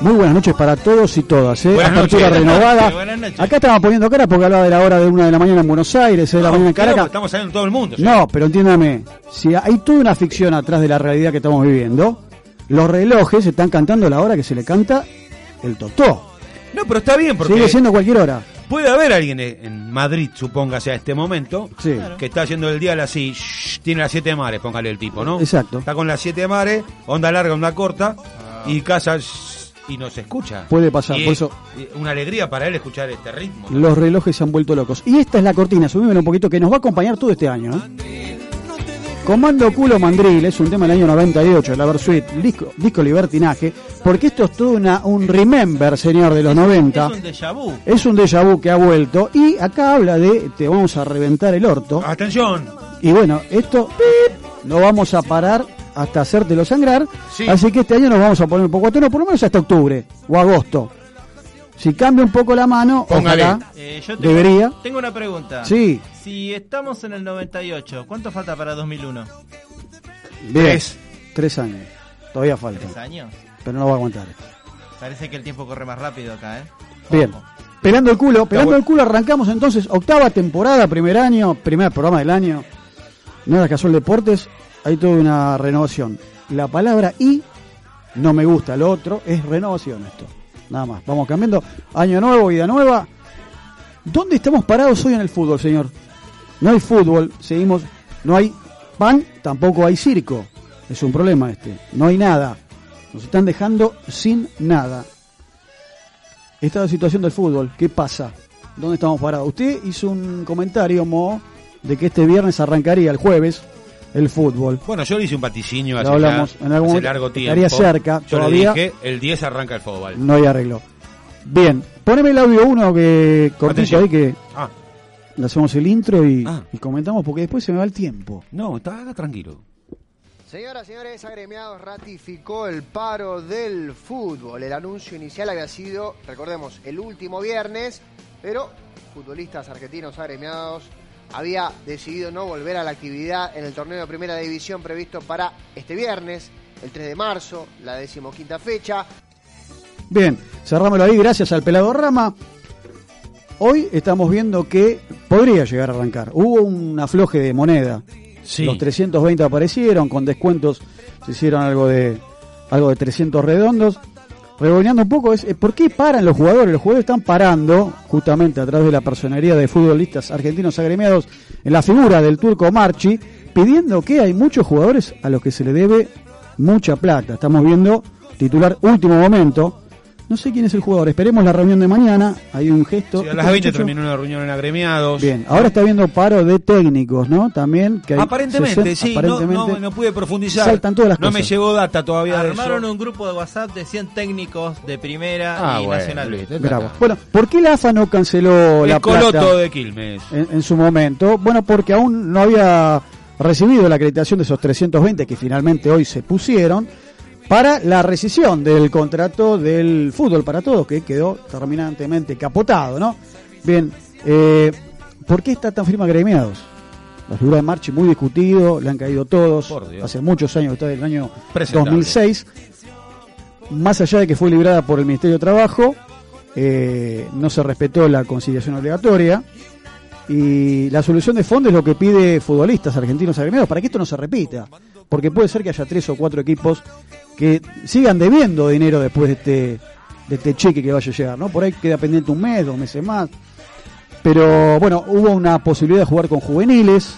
Muy buenas noches para todos y todas. ¿eh? Buenas Apertura noches. renovada. <laughs> Buenas noches. Acá estamos poniendo cara porque hablaba de la hora de una de la mañana en Buenos Aires, seis de la mañana en Claro, Caracas. estamos saliendo todo el mundo. ¿sí? No, pero entiéndame, si hay toda una ficción atrás de la realidad que estamos viviendo, los relojes están cantando la hora que se le canta el totó. No, pero está bien porque Sigue siendo cualquier hora. puede haber alguien en en Madrid, supóngase a este momento, Sí. que está haciendo el día así, shh, tiene las siete mares, póngale el tipo, ¿no? Exacto. Está con las siete mares, onda larga, onda corta, y casa shh, y no se escucha. Puede pasar, Y por es- eso- y Una alegría para él escuchar este ritmo. Los relojes se han vuelto locos. Y esta es la cortina, subímela un poquito, que nos va a acompañar todo este año. ¿eh? Comando Culo Mandril es un tema del año 98, de la Versuit, disco, disco Libertinaje, porque esto es todo una, un remember, señor, de los 90. Es un déjà vu. Es un déjà vu que ha vuelto y acá habla de te vamos a reventar el orto. Atención. Y bueno, esto pip, no vamos a parar hasta hacértelo sangrar. Sí. Así que este año nos vamos a poner un poco a tono, por lo menos hasta octubre o agosto. Si cambia un poco la mano, ojalá, Eh, yo tengo, debería. Tengo una pregunta. Sí. Si estamos en el 98, ¿cuánto falta para 2001? Tres. Tres años. Todavía falta. ¿Tres años? Pero no va a aguantar. Parece que el tiempo corre más rápido acá, ¿eh? Bien. Pelando el culo, pelando bueno. el culo, arrancamos entonces octava temporada, primer año, primer programa del año. Nada casual deportes, hay toda una renovación. La palabra y no me gusta, lo otro es renovación esto. Nada más, vamos cambiando. Año nuevo, vida nueva. ¿Dónde estamos parados hoy en el fútbol, señor? No hay fútbol, seguimos, no hay pan, tampoco hay circo. Es un problema este, no hay nada. Nos están dejando sin nada. Esta es la situación del fútbol. ¿Qué pasa? ¿Dónde estamos parados? Usted hizo un comentario, Mo, de que este viernes arrancaría el jueves el fútbol. Bueno, yo le hice un vaticinio Lo hace, hablamos ya- en algún hace momento. largo tiempo. Estaría cerca, Yo todavía. le dije, el 10 arranca el fútbol. No hay arreglo. Bien, poneme el audio uno que cortito Atención. ahí que Ah, le hacemos el intro y, Ah. y comentamos porque después se me va el tiempo. no, está tranquilo. Señoras, señores, agremiados ratificó el paro del fútbol. El anuncio inicial había sido, recordemos, el último viernes, pero futbolistas argentinos agremiados había decidido no volver a la actividad en el torneo de primera división previsto para este viernes, el 3 de marzo, la decimoquinta fecha. Bien, cerrámoslo ahí gracias al pelado Rama. Hoy estamos viendo que podría llegar a arrancar. Hubo un afloje de moneda. Los 320 aparecieron, con descuentos se hicieron algo de algo de 300 redondos. Reboneando un poco, es eh, ¿por qué paran los jugadores? Los jugadores están parando, justamente a través de la personería de futbolistas argentinos agremiados, en la figura del turco Marchi, pidiendo que hay muchos jugadores a los que se le debe mucha plata. Estamos viendo titular último momento. No sé quién es el jugador, esperemos la reunión de mañana. Hay un gesto. Sí, a las Este 20 muchacho- terminó una reunión en agremiados. Bien, ahora está habiendo paro de técnicos, ¿no? También que hay Aparentemente, 60 sí, no- No, aparentemente. no, pude profundizar. Saltan todas las no me cosas. llegó data todavía de Armaron eso. un grupo de WhatsApp de 100 técnicos de primera Ah, y bueno, nacional. listo, Bravo. Bueno, ¿por qué la AFA no canceló El la coloto plata de Quilmes. En, en su momento? Bueno, porque aún no había recibido la acreditación de esos 320 que finalmente hoy se pusieron para la rescisión del contrato del fútbol para todos que quedó terminantemente capotado, ¿no? Bien, eh, ¿por qué está tan firme agremiados? La figura de Marchi muy discutido, le han caído todos, Por Dios. hace muchos años, está del año Presentable. 2006 más allá de que fue librada por el Ministerio de Trabajo, eh, no se respetó la conciliación obligatoria. Y la solución de fondo es lo que pide futbolistas argentinos agremiados para que esto no se repita. Porque puede ser que haya tres o cuatro equipos que sigan debiendo dinero después de este, de este cheque que vaya a llegar. ¿no? Por ahí queda pendiente un mes, dos meses más. Pero bueno, hubo una posibilidad de jugar con juveniles.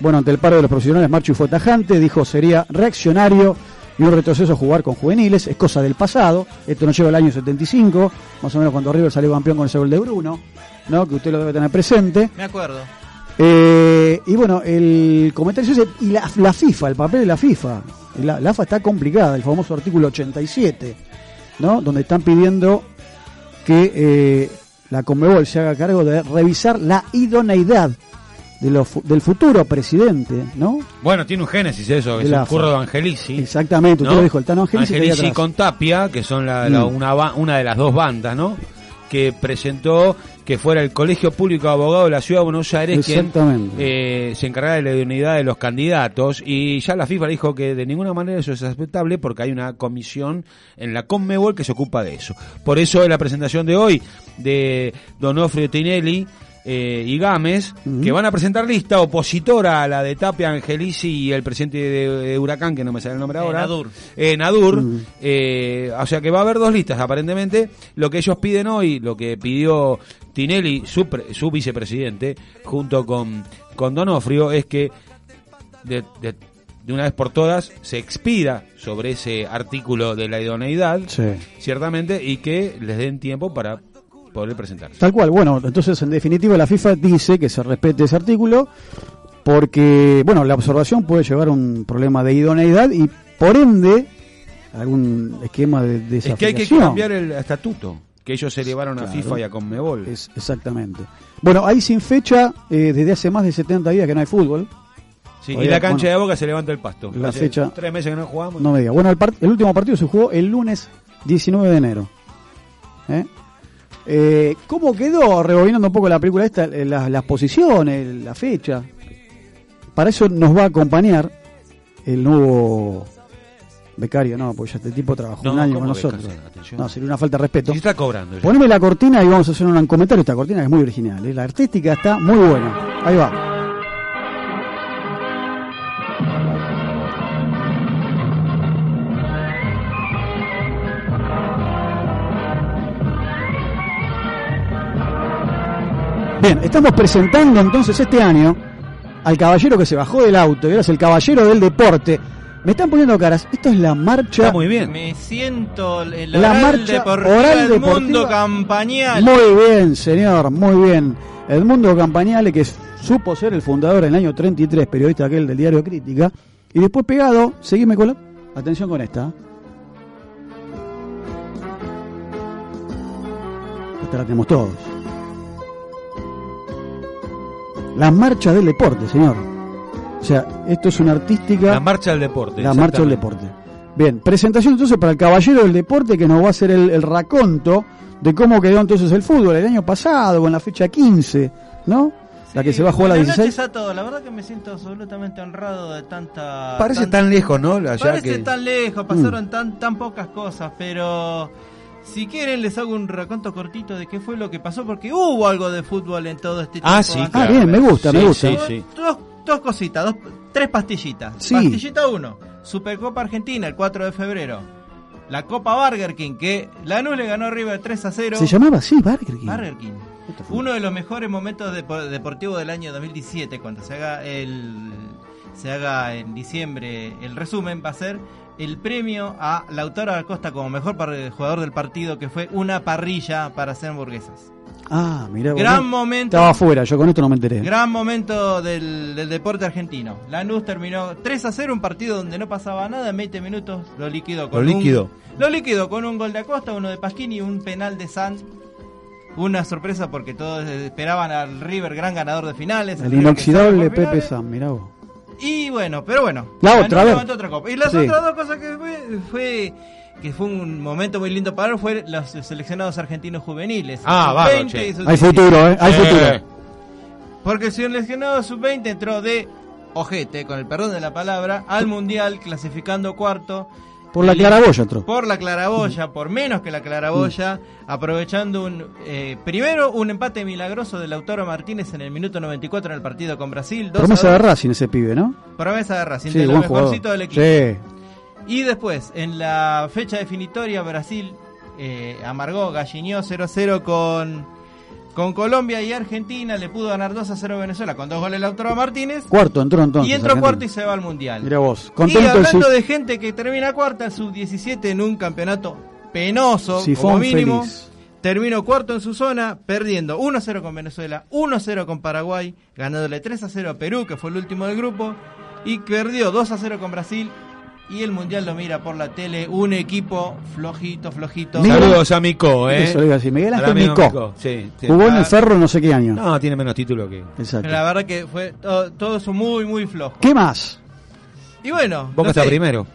Bueno, ante el paro de los profesionales, Marchi fue tajante, dijo sería reaccionario y un retroceso jugar con juveniles, es cosa del pasado, esto nos lleva al año 75, más o menos cuando River salió campeón con ese gol de Bruno, ¿no? que usted lo debe tener presente. Me acuerdo. Eh, y bueno, el comentario ese, y la, la FIFA, el papel de la FIFA, la, la AFA está complicada, el famoso artículo 87, ¿no? donde están pidiendo que eh, la Conmebol se haga cargo de revisar la idoneidad de los fu- del futuro presidente, ¿no? Bueno, tiene un génesis eso, que De es la un AFA. curro de Angelici. Exactamente, usted ¿no? lo dijo, el Tano Angelici que hay Angelici atrás. con Tapia, que son la, la- Mm. una, ba- una de las dos bandas, ¿no? Que presentó que fuera el Colegio Público de Abogados de la Ciudad de Buenos Aires quien Exactamente. eh, se encargara de la idoneidad de los candidatos. Y ya la FIFA dijo que de ninguna manera eso es aceptable porque hay una comisión en la Conmebol que se ocupa de eso. Por eso en la presentación de hoy de Donofrio Tinelli. eh, y Gámez, que van a presentar lista opositora a la de Tapia, Angelici y el presidente de, de Huracán, que no me sale el nombre ahora. Nadur. Eh, Nadur, Mm. eh, o sea que va a haber dos listas aparentemente. Lo que ellos piden hoy, lo que pidió Tinelli, su, pre- su vicepresidente, junto con, con Donofrio, es que de, de- de una vez por todas se expida sobre ese artículo de la idoneidad, Sí. ciertamente, y que les den tiempo para poder presentarse. Tal cual, bueno, entonces en definitiva la FIFA dice que se respete ese artículo porque, bueno, la observación puede llevar a un problema de idoneidad y por ende algún esquema de Es que hay desafiliación. que cambiar el estatuto que ellos elevaron a Claro. FIFA y a Conmebol. exactamente. Bueno, ahí sin fecha, eh, desde hace más de 70 días que no hay fútbol. Sí, y Todavía, la cancha bueno, de Boca se levanta el pasto. la Hace fecha- tres meses que no jugamos. No me diga. Bueno, el, par- el último partido se jugó el lunes 19 de enero. ¿Eh? Eh, cómo quedó, rebobinando un poco la película esta, eh, las, las posiciones, la fecha? Para eso nos va a acompañar el nuevo Becario, no, porque ya este tipo trabajó No, un año ¿cómo con nosotros. becario? Atención. No, sería una falta de respeto. Sí, está cobrando ya. Poneme la cortina y vamos a hacer un comentario. Esta cortina es muy original, ¿eh? la artística está muy buena. Ahí va. Bien, estamos presentando entonces este año al caballero que se bajó del auto y ahora es el caballero del deporte. Me están poniendo caras. Esto es la marcha. Me siento el La oral marcha deportiva oral del deportiva. mundo campañal. Muy bien, señor, muy bien. Edmundo Campañale, que supo ser el fundador en el año 33, periodista aquel del diario Crítica, y después pegado, seguime con la... Atención con esta. ¿eh? Esta la tenemos todos. La marcha del deporte, señor. O sea, esto es una artística... La marcha del deporte. La marcha del exactamente. deporte. Bien, presentación entonces para el caballero del deporte que nos va a hacer el, el raconto de cómo quedó entonces el fútbol el año pasado, o en la fecha 15, ¿no? la que se va a jugar a la Buenas 16. noches a todos. La verdad que me siento absolutamente honrado de tanta. Parece tan- tan lejos, ¿no? Allá Parece que- tan lejos, Mm. pasaron tan, tan pocas cosas, pero. Si quieren les hago un raconto cortito de qué fue lo que pasó, porque hubo algo de fútbol en todo este Ah, tiempo sí, antes. claro. Ah, bien, me gusta, me Sí, gusta. sí, sí. Dos, dos cositas, dos- tres pastillitas. Sí. Pastillita 1, Supercopa Argentina el 4 de febrero. La Copa Burger King, que Lanús le ganó a River 3 a 0. Se llamaba así, Barker. Burger King. Uno de los mejores momentos depo- deportivos del año 2017, cuando se haga el se haga en diciembre el resumen, va a ser el premio a Lautaro Acosta como mejor par- jugador del partido, que fue una parrilla para hacer hamburguesas. Ah, mirá. vos. Gran momento. Estaba afuera, yo con esto no me enteré. Gran momento del, del deporte argentino. Lanús terminó 3 a 0, un partido donde no pasaba nada, en 20 minutos lo liquidó. Con Lo un- liquidó. lo liquidó con un gol de Acosta, uno de Pasquín y un penal de Sanz. Una sorpresa porque todos esperaban al River gran ganador de finales. el El River que inoxidable sale por Pepe finales. San, mirá vos. Y bueno, pero bueno. La Lanús otra, a ver. levantó otra copa. Y las Sí. otras dos cosas que fue, fue- que fue un momento muy lindo para él fue los seleccionados argentinos juveniles. Ah, Sub- bárbaro, 20 y che. sub- Hay futuro, ¿eh? Hay Sí. futuro. porque el seleccionado sub-20 entró de ojete, con el perdón de la palabra, al mundial clasificando cuarto. Por la El- claraboya entró. Por la claraboya, por menos que la claraboya, Mm. aprovechando un eh, primero un empate milagroso del Lautaro Martínez en el minuto 94 en el partido con Brasil. dos a Promesa de dos. Racing ese pibe, ¿no? Promesa de Racing, Sí, de lo buen jugador. mejorcito del equipo. Sí. Y después, en la fecha definitoria, Brasil eh, amargó, gallineó 0-0 con, con Colombia y Argentina. Le pudo ganar 2-0 Venezuela con dos goles Lautaro Martínez. Cuarto entró entonces. y entró Argentina. cuarto y se va al Mundial. Mirá vos. y Contento el hablando Sif- de gente que termina cuarta, el sub-17 en un campeonato penoso, como Sifón mínimo. feliz. Terminó cuarto en su zona, perdiendo 1-0 con Venezuela, 1-0 con Paraguay, ganándole 3-0 a Perú, que fue el último del grupo, y perdió 2-0 con Brasil. Y el Mundial lo mira por la tele, un equipo flojito, flojito. Saludos a Mico, ¿eh? Eso le iba a decir, Miguel Ángel Al amigo Micó. Sí, sí. Jugó en Ah, el Ferro no sé qué año. No, tiene menos título que... Exacto. La verdad que fue todo, todo eso muy, muy flojo. ¿Qué más? ¿Mm? Y bueno, Boca no está sé, primero.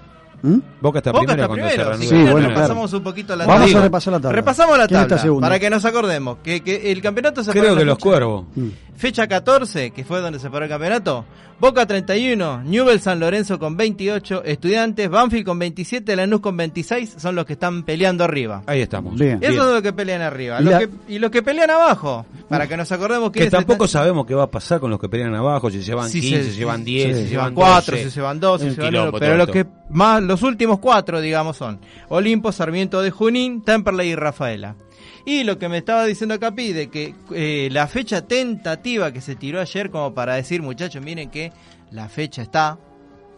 Boca está primero Boca está cuando primero, se así reanuda. que ya repasamos un poquito la Vamos tabla. a repasar la tabla. Repasamos la ¿Quién está tabla segundo? para que nos acordemos que, que el campeonato se Creo paró que en la los fecha- cuervos. Mm. Fecha 14, que fue donde se paró el campeonato. Boca 31, Newell San Lorenzo con 28, Estudiantes, Banfield con 27, Lanús con 26, son los que están peleando arriba. Ahí estamos. Esos Bien. son los que pelean arriba. Y Los la- que- y los que pelean abajo, para que nos acordemos Que quiénes tampoco están- sabemos qué va a pasar con los que pelean abajo, si se van Si 15, se- si se van 10, sí. si se se van van 4, 12. si se van 2, si Un se van quilombo 1, todo pero los esto. que más los últimos 4, digamos, son Olimpo, Sarmiento de Junín, Temperley y Rafaela. Y lo que me estaba diciendo Capi de que eh, la fecha tentativa que se tiró ayer como para decir, muchachos, miren que la fecha está,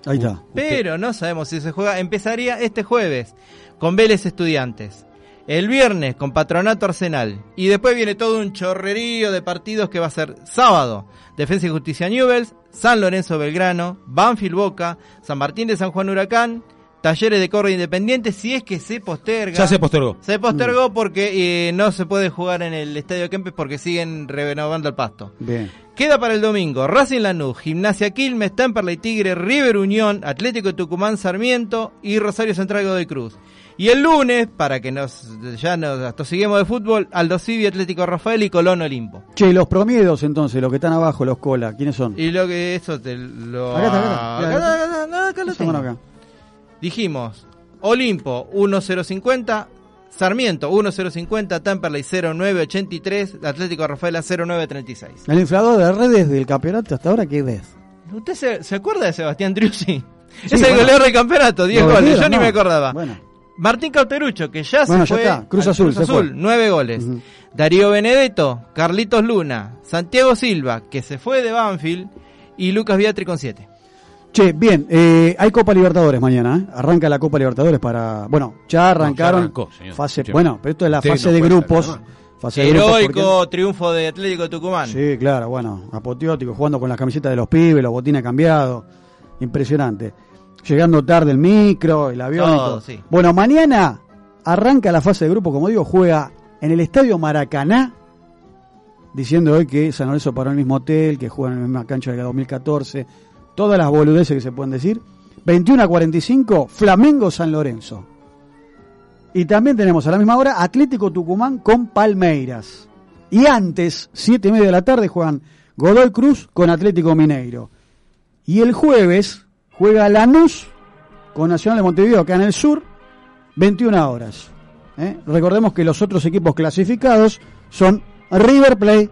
Ahí está. pero no sabemos si se juega. Empezaría este jueves con Vélez Estudiantes. El viernes con Patronato Arsenal. Y después viene todo un chorrerío de partidos que va a ser sábado. Defensa y Justicia Newells, San Lorenzo Belgrano, Banfield Boca, San Martín de San Juan Huracán, Talleres de Córdoba Independiente, si es que se posterga. Ya se postergó. Se postergó porque eh, no se puede jugar en el Estadio Kempes porque siguen renovando el pasto. Bien. Queda para el domingo Racing Lanús, Gimnasia Quilmes, Temperley Tigre, River Unión, Atlético Tucumán Sarmiento y Rosario Central Godoy Cruz. Y el lunes, para que nos ya nos atosiguemos de fútbol, Aldo Civi, Atlético Rafael y Colón Olimpo. Che, los promiedos entonces, los que están abajo, los colas, ¿quiénes son? Y lo que eso te lo Acá está, acá está. Acá está, acá está, acá lo Estamos tengo. acá. Dijimos Olimpo 1050, Sarmiento 1050, Tamperley 0983, Atlético Rafaela 0936. El inflador de redes del campeonato hasta ahora, ¿qué ves? ¿Usted se, se acuerda de Sebastián Driussi? Sí, es el bueno. goleador del campeonato, 10 Lo goles. golpearon, Yo ni no. me acordaba. Bueno. Martín Cauterucho, que ya Bueno, se ya fue. está. Cruz al Azul, se fue. 9 goles. Darío Benedetto, Carlitos Luna, Santiago Silva, que se fue de Banfield, y Lucas Viatri con 7. Che, bien, eh, hay Copa Libertadores mañana, ¿eh? Arranca la Copa Libertadores para. Bueno, ya arrancaron. arrancó, señor. fase, Escucheme. bueno, pero esto es la Usted fase no de puede grupos. saber nada. Fase de grupos porque- Heroico triunfo de Atlético Tucumán. Sí, claro, bueno, apoteótico, jugando con las camisetas de los pibes, los botines cambiados. Impresionante. Llegando tarde el micro, el avión. y Todo, todo. sí. Bueno, mañana arranca la fase de grupo, como digo, juega en el Estadio Maracaná, diciendo hoy que San Lorenzo paró en el mismo hotel, que juega en la misma cancha del 2014, todas las boludeces que se pueden decir. 21 a 45, Flamengo San Lorenzo. Y también tenemos a la misma hora Atlético Tucumán con Palmeiras. Y antes, siete y media de la tarde, juegan Godoy Cruz con Atlético Mineiro. Y el jueves juega Lanús con Nacional de Montevideo, acá en el sur, 21 horas. ¿eh? Recordemos que los otros equipos clasificados son River Play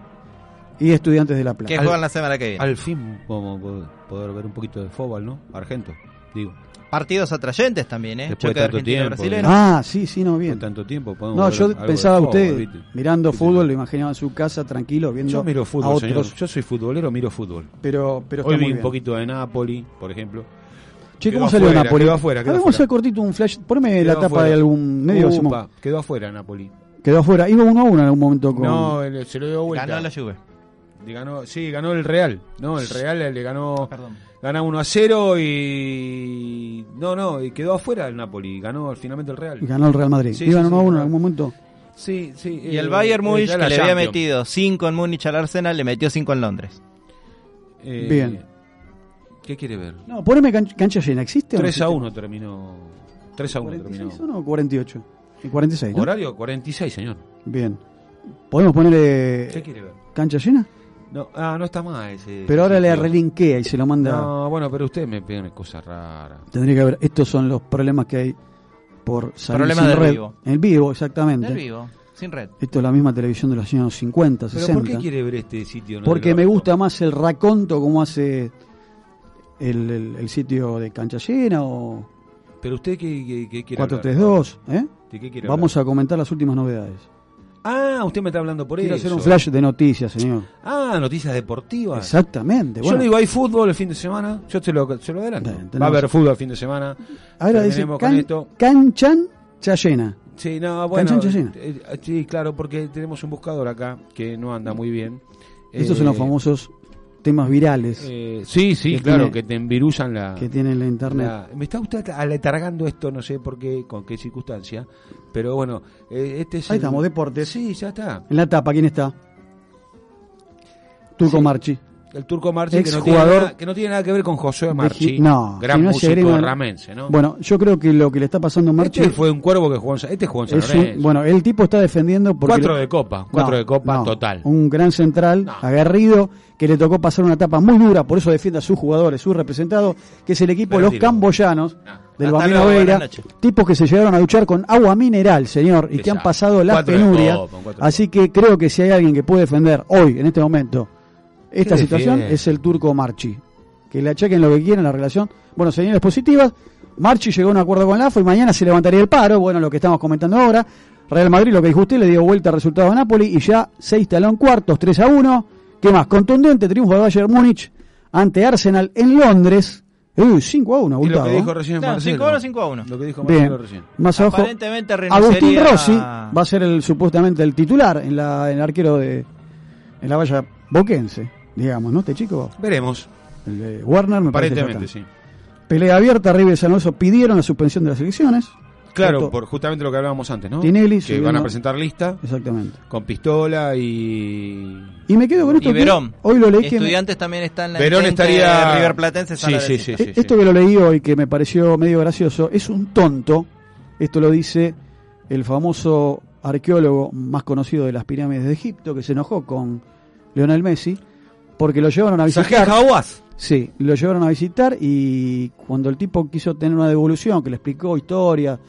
y Estudiantes de La Plata. Que juegan la semana que viene. Al fin vamos a poder- poder ver un poquito de fútbol, ¿no? Argento, digo. Partidos atrayentes también, ¿eh? Después de tanto tiempo. Argentino-Brasilero. Ah, sí, sí, no, bien. Tanto tiempo podemos No, ver yo algo de pensaba fútbol, usted ¿viste? mirando fútbol, lo imaginaba en su casa tranquilo, viendo Yo miro a fútbol, otros. señor. Yo soy futbolero, miro fútbol. Pero, pero está Hoy muy vi un bien. Eh, poquito de Napoli, por ejemplo. Che, Quedó ¿cómo salió afuera, Napoli? Quedó afuera, quedó A ver, vamos a afuera. hacer cortito un flash. Poneme Quedó la tapa afuera. de algún medio, Upa, Simón. Quedó afuera Napoli. Quedó afuera. Iba 1 a 1 en algún momento con. No, el- se lo dio vuelta. Ganó la Juve. Le ganó, sí, ganó el Real. No, el Real le ganó. Gana 1 a 0 y. No, no, y quedó afuera el Napoli. Ganó finalmente el Real. Ganó el Real Madrid. Sí, Iban sí, 1 a 1 en algún momento. Sí, sí. Y eh, el Bayern eh, Múnich, ya que la le había Champions. metido 5 en Múnich al Arsenal, le metió 5 en Londres. Eh, Bien. ¿Qué quiere ver? No, poneme can- cancha llena. ¿Existe o no 3 a existe? 1 terminó. 3 a 1 terminó. ¿46 o no? 48. Y 46, ¿no? Horario 46, señor. Bien. ¿Podemos ponerle. ¿Qué quiere ver? ¿Cancha llena? No, ah, no está mal ese. Pero ahora ese le tío. relinquea y se lo manda. No, bueno, pero usted me pide cosas raras. Tendría que haber. Estos son los problemas que hay por salir Problemas sin del red. vivo. En vivo, exactamente. Del vivo, sin red. Esto es la misma televisión de los años 50, 60. ¿Pero por qué quiere ver este sitio? no Porque del me orto? gusta más el raconto como hace el, el- el sitio de cancha llena o ¿Pero usted qué, qué- qué quiere hablar? 432. ¿eh? ¿De qué quiere Vamos a comentar las últimas novedades. Ah, usted me está hablando por Quiero eso. hacer un flash de noticias, señor. Ah, noticias deportivas. Exactamente. Yo Bueno, le digo, hay fútbol el fin de semana. Yo se lo, se lo adelanto. tenemos- Va a haber fútbol el fin de semana. ahora dice Terminemos con can, esto. Canchan Chayena. Sí, no, bueno. Cancha llena. eh, eh, sí, claro, porque tenemos un buscador acá que no anda muy bien. Estos son Eh, los famosos temas virales eh, sí, sí, Que claro, tiene- que te envirusan la. que tiene la internet. la- me está usted aletargando esto, no sé por qué, con qué circunstancia. Pero bueno, eh, este es. Ahí el- estamos, deportes. Sí, ya está. En la tapa, ¿quién está? Turco Marchi. El turco Marchi, que no, tiene Exjugador nada, que no tiene nada que ver con José De Marchi. Gi- no, gran si no se músico agrega- de Ramense, ¿no? Bueno, yo creo que lo que le está pasando a Marchi este fue un cuervo que jugó en, Sa- este jugó en San es un- Lorenzo. bueno, el tipo está defendiendo porque cuatro le- de copa, cuatro No, de copa no. total. Un gran central, aguerrido, que le tocó pasar una etapa muy dura, por eso defiende a sus jugadores, sus representados, que es el equipo Pero Los tiro. Camboyanos del Hasta Bambino luego, Veira, buenas noches. tipos que se llegaron a duchar con agua mineral, señor, y que Exacto. han pasado la Cuatro de penuria. copa, un cuatro de Así que creo que si hay alguien que puede defender hoy, en este momento, esta ¿Qué situación, defiende? es el turco Marchi. Que le achaquen lo que quieran la relación. Bueno, señales positivas. Marchi llegó a un acuerdo con la AFA y mañana se levantaría el paro. Bueno, lo que estamos comentando ahora. Real Madrid, lo que dijo usted, le dio vuelta al resultado a Napoli y ya se instaló en cuartos, 3 a 1. ¿Qué más? Contundente triunfo de Bayern Múnich ante Arsenal en Londres. Uy, 5 a 1, Y lo abultado. que dijo recién No, Marcelo. 5 a 1, 5 a 1. Lo que dijo Bien. Marcelo recién. Más abajo, Aparentemente Agustín renunciaría- Rossi va a ser el supuestamente el titular en, la, en el arquero de en la valla boquense, digamos, ¿no? Este chico. Veremos. El de Warner me parece. que Aparentemente, ya sí. está. Pelea abierta, River y San Lorenzo pidieron la suspensión de las elecciones. Claro, Esto- por justamente lo que hablábamos antes, ¿no? Tinelli que subiendo- van a presentar lista Exactamente. con pistola y Y me quedo con esto. Y que Verón. Hoy lo leí que me- Estudiantes también está en la Verón intenta estaría- de River Platense. San Sí, Lorenzo. sí, sí, Eh, esto que lo leí hoy que me pareció medio gracioso es un tonto. Esto lo dice el famoso arqueólogo más conocido de las pirámides de Egipto que se enojó con Lionel Messi porque lo llevaron a visitar. Sajid Hawass. Sí, lo llevaron a visitar y cuando el tipo quiso tener una devolución, que le explicó historia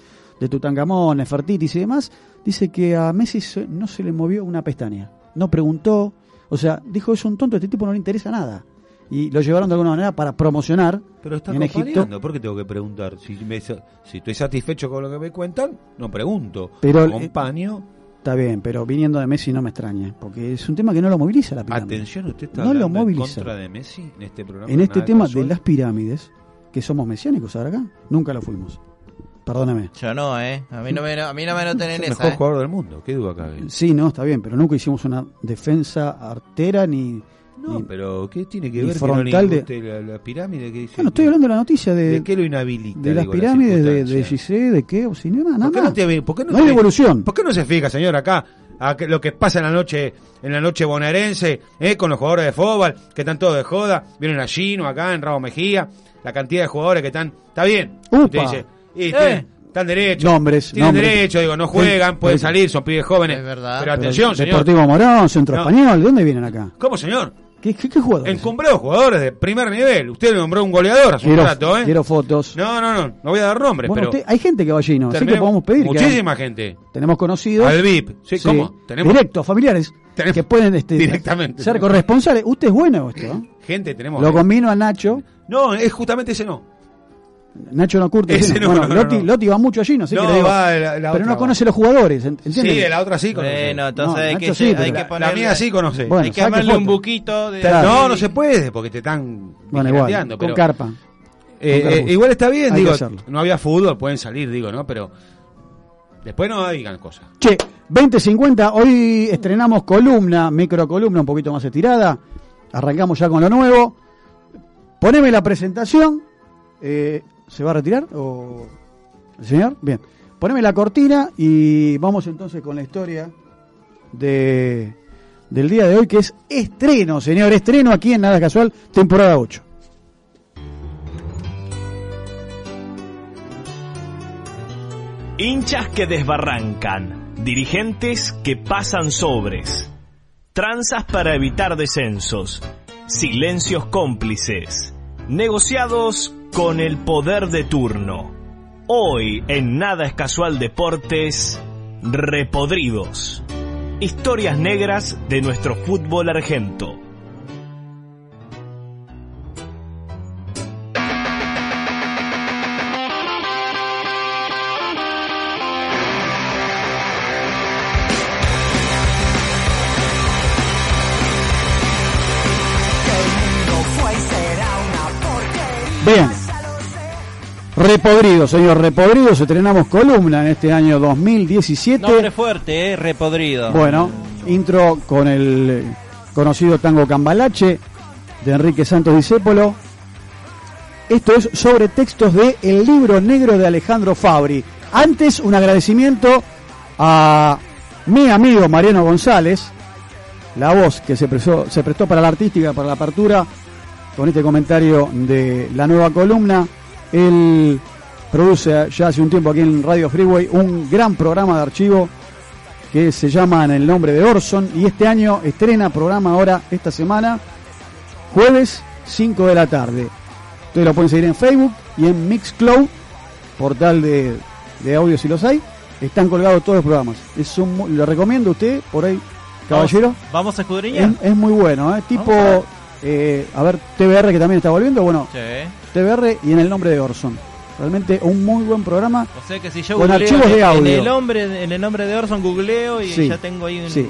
de Tutankamón, Nefertitis y demás, dice que a Messi se- no se le movió una pestaña. No preguntó, o sea, dijo, es un tonto, a este tipo no le interesa nada. Y lo llevaron de alguna manera para promocionar Pero está en Egipto. compareando, ¿por qué tengo que preguntar? Si, me sa- si estoy satisfecho con lo que me cuentan, no pregunto. Pero- eh, Acompaño. Está bien, pero viniendo de Messi no me extraña, porque es un tema que no lo moviliza la pirámide. Atención, usted está No lo hablando en moviliza. contra de Messi en este programa. en este nada tema casual. de las pirámides, que somos mesiánicos ahora acá, nunca lo fuimos. Perdóname. Yo no, ¿eh? A mí no me, a mí no me noten Es en el esa. mejor ¿eh? jugador del mundo, qué duda cabe. Sí, no, está bien, pero nunca hicimos una defensa artera ni... No, pero ¿qué tiene que y ver que no le frontal de- guste la, la pirámide? que dice? No, no estoy hablando de la noticia de, ¿De qué lo inhabilita? de las digo, la pirámides, de, de circunstancia? Gizeh, de Keops y demás, nada ¿Por qué no, más. te- por qué no No te- hay evolución. ¿Por qué no se fija, señor, acá? A que- lo que pasa en la noche en la noche bonaerense eh, con los jugadores de fútbol que están todos de joda vienen a Gino acá en Rabo Mejía la cantidad de jugadores que están está bien Upa. Usted dice, y están- están derechos Nombres, tienen nombres. derecho digo no juegan Sí, pueden sí. salir son pibes jóvenes pero atención Pero señor Deportivo Morón, Centro No. Español, ¿de dónde vienen acá? ¿cómo señor? ¿Qué, qué, qué jugadores? encumbrado jugadores de primer nivel usted nombró un goleador hace un Quiero- rato ¿eh? quiero fotos. no no no no voy a dar nombres Bueno, pero usted- hay gente que va allí, ¿no? Así que terminemos- podemos pedir. que- muchísima gente tenemos conocidos. Al VIP, sí, ¿cómo? Tenemos- Directos, familiares. que pueden este, Directamente. ser corresponsales. Usted es bueno esto. ¿eh? gente tenemos Lo combino a Nacho. No, es justamente ese no. Nacho no curte. Ese ¿sí? no, bueno, no, Lotti, no. Lotti va mucho allí, no sé No, qué le digo. va la- la Pero otra no conoce los jugadores, ent- ¿entiende? Sí, de la otra sí conoce. Bueno, entonces hay, Nacho que, sí, hay pero- que La- la ponerle- mía sí conoce. Bueno, hay que saque armarle un foto. buquito de. Claro. No, no se puede porque te están Bueno, igual, vigilanteando, con pero- carpa. Eh, Con eh, Garbus. igual está bien, Hay que digo, hacerlo. no había fútbol, pueden salir, digo, ¿no? Pero después no digan cosas. Che, 2050, hoy estrenamos columna, microcolumna un poquito más estirada. Arrancamos ya con lo nuevo. Poneme la presentación. Eh, ¿Se va a retirar? ¿O el señor? Bien. Poneme la cortina y vamos entonces con la historia de, del día de hoy, que es estreno, señor. Estreno aquí en Nada Casual, temporada 8. Hinchas que desbarrancan, dirigentes que pasan sobres, tranzas para evitar descensos, silencios cómplices, negociados con el poder de turno. Hoy en Nada es Casual Deportes, Repodridos. Historias negras de nuestro fútbol argento. Bien. Repodrido, señor, repodrido. Estrenamos columna en este año 2017. Nombre fuerte, ¿eh? Repodrido. Bueno, intro con el conocido tango Cambalache de Enrique Santos Discépolo. Esto es sobre textos de El libro negro de Alejandro Fabri. Antes, un agradecimiento a mi amigo Mariano González, la voz que se prestó, se prestó para la artística, para la apertura, con este comentario de la nueva columna. Él produce ya hace un tiempo aquí en Radio Freeway un gran programa de archivo que se llama En el nombre de Orson y este año estrena programa ahora esta semana, jueves 5 de la tarde. Ustedes lo pueden seguir en Facebook y en Mixcloud, portal de, de audio si los hay. Están colgados todos los programas. Es un mu- lo recomiendo a usted por ahí, caballero. Vamos, vamos a escudriñar. Es, es muy bueno, ¿eh? tipo, eh, a ver, TBR que también está volviendo, bueno, Sí. eh. TBR y en el nombre de Orson. Realmente un muy buen programa. O sea que si yo con googleo archivos en- de audio. En el, hombre, en el nombre de Orson googleo y Sí. ya tengo ahí un- Sí.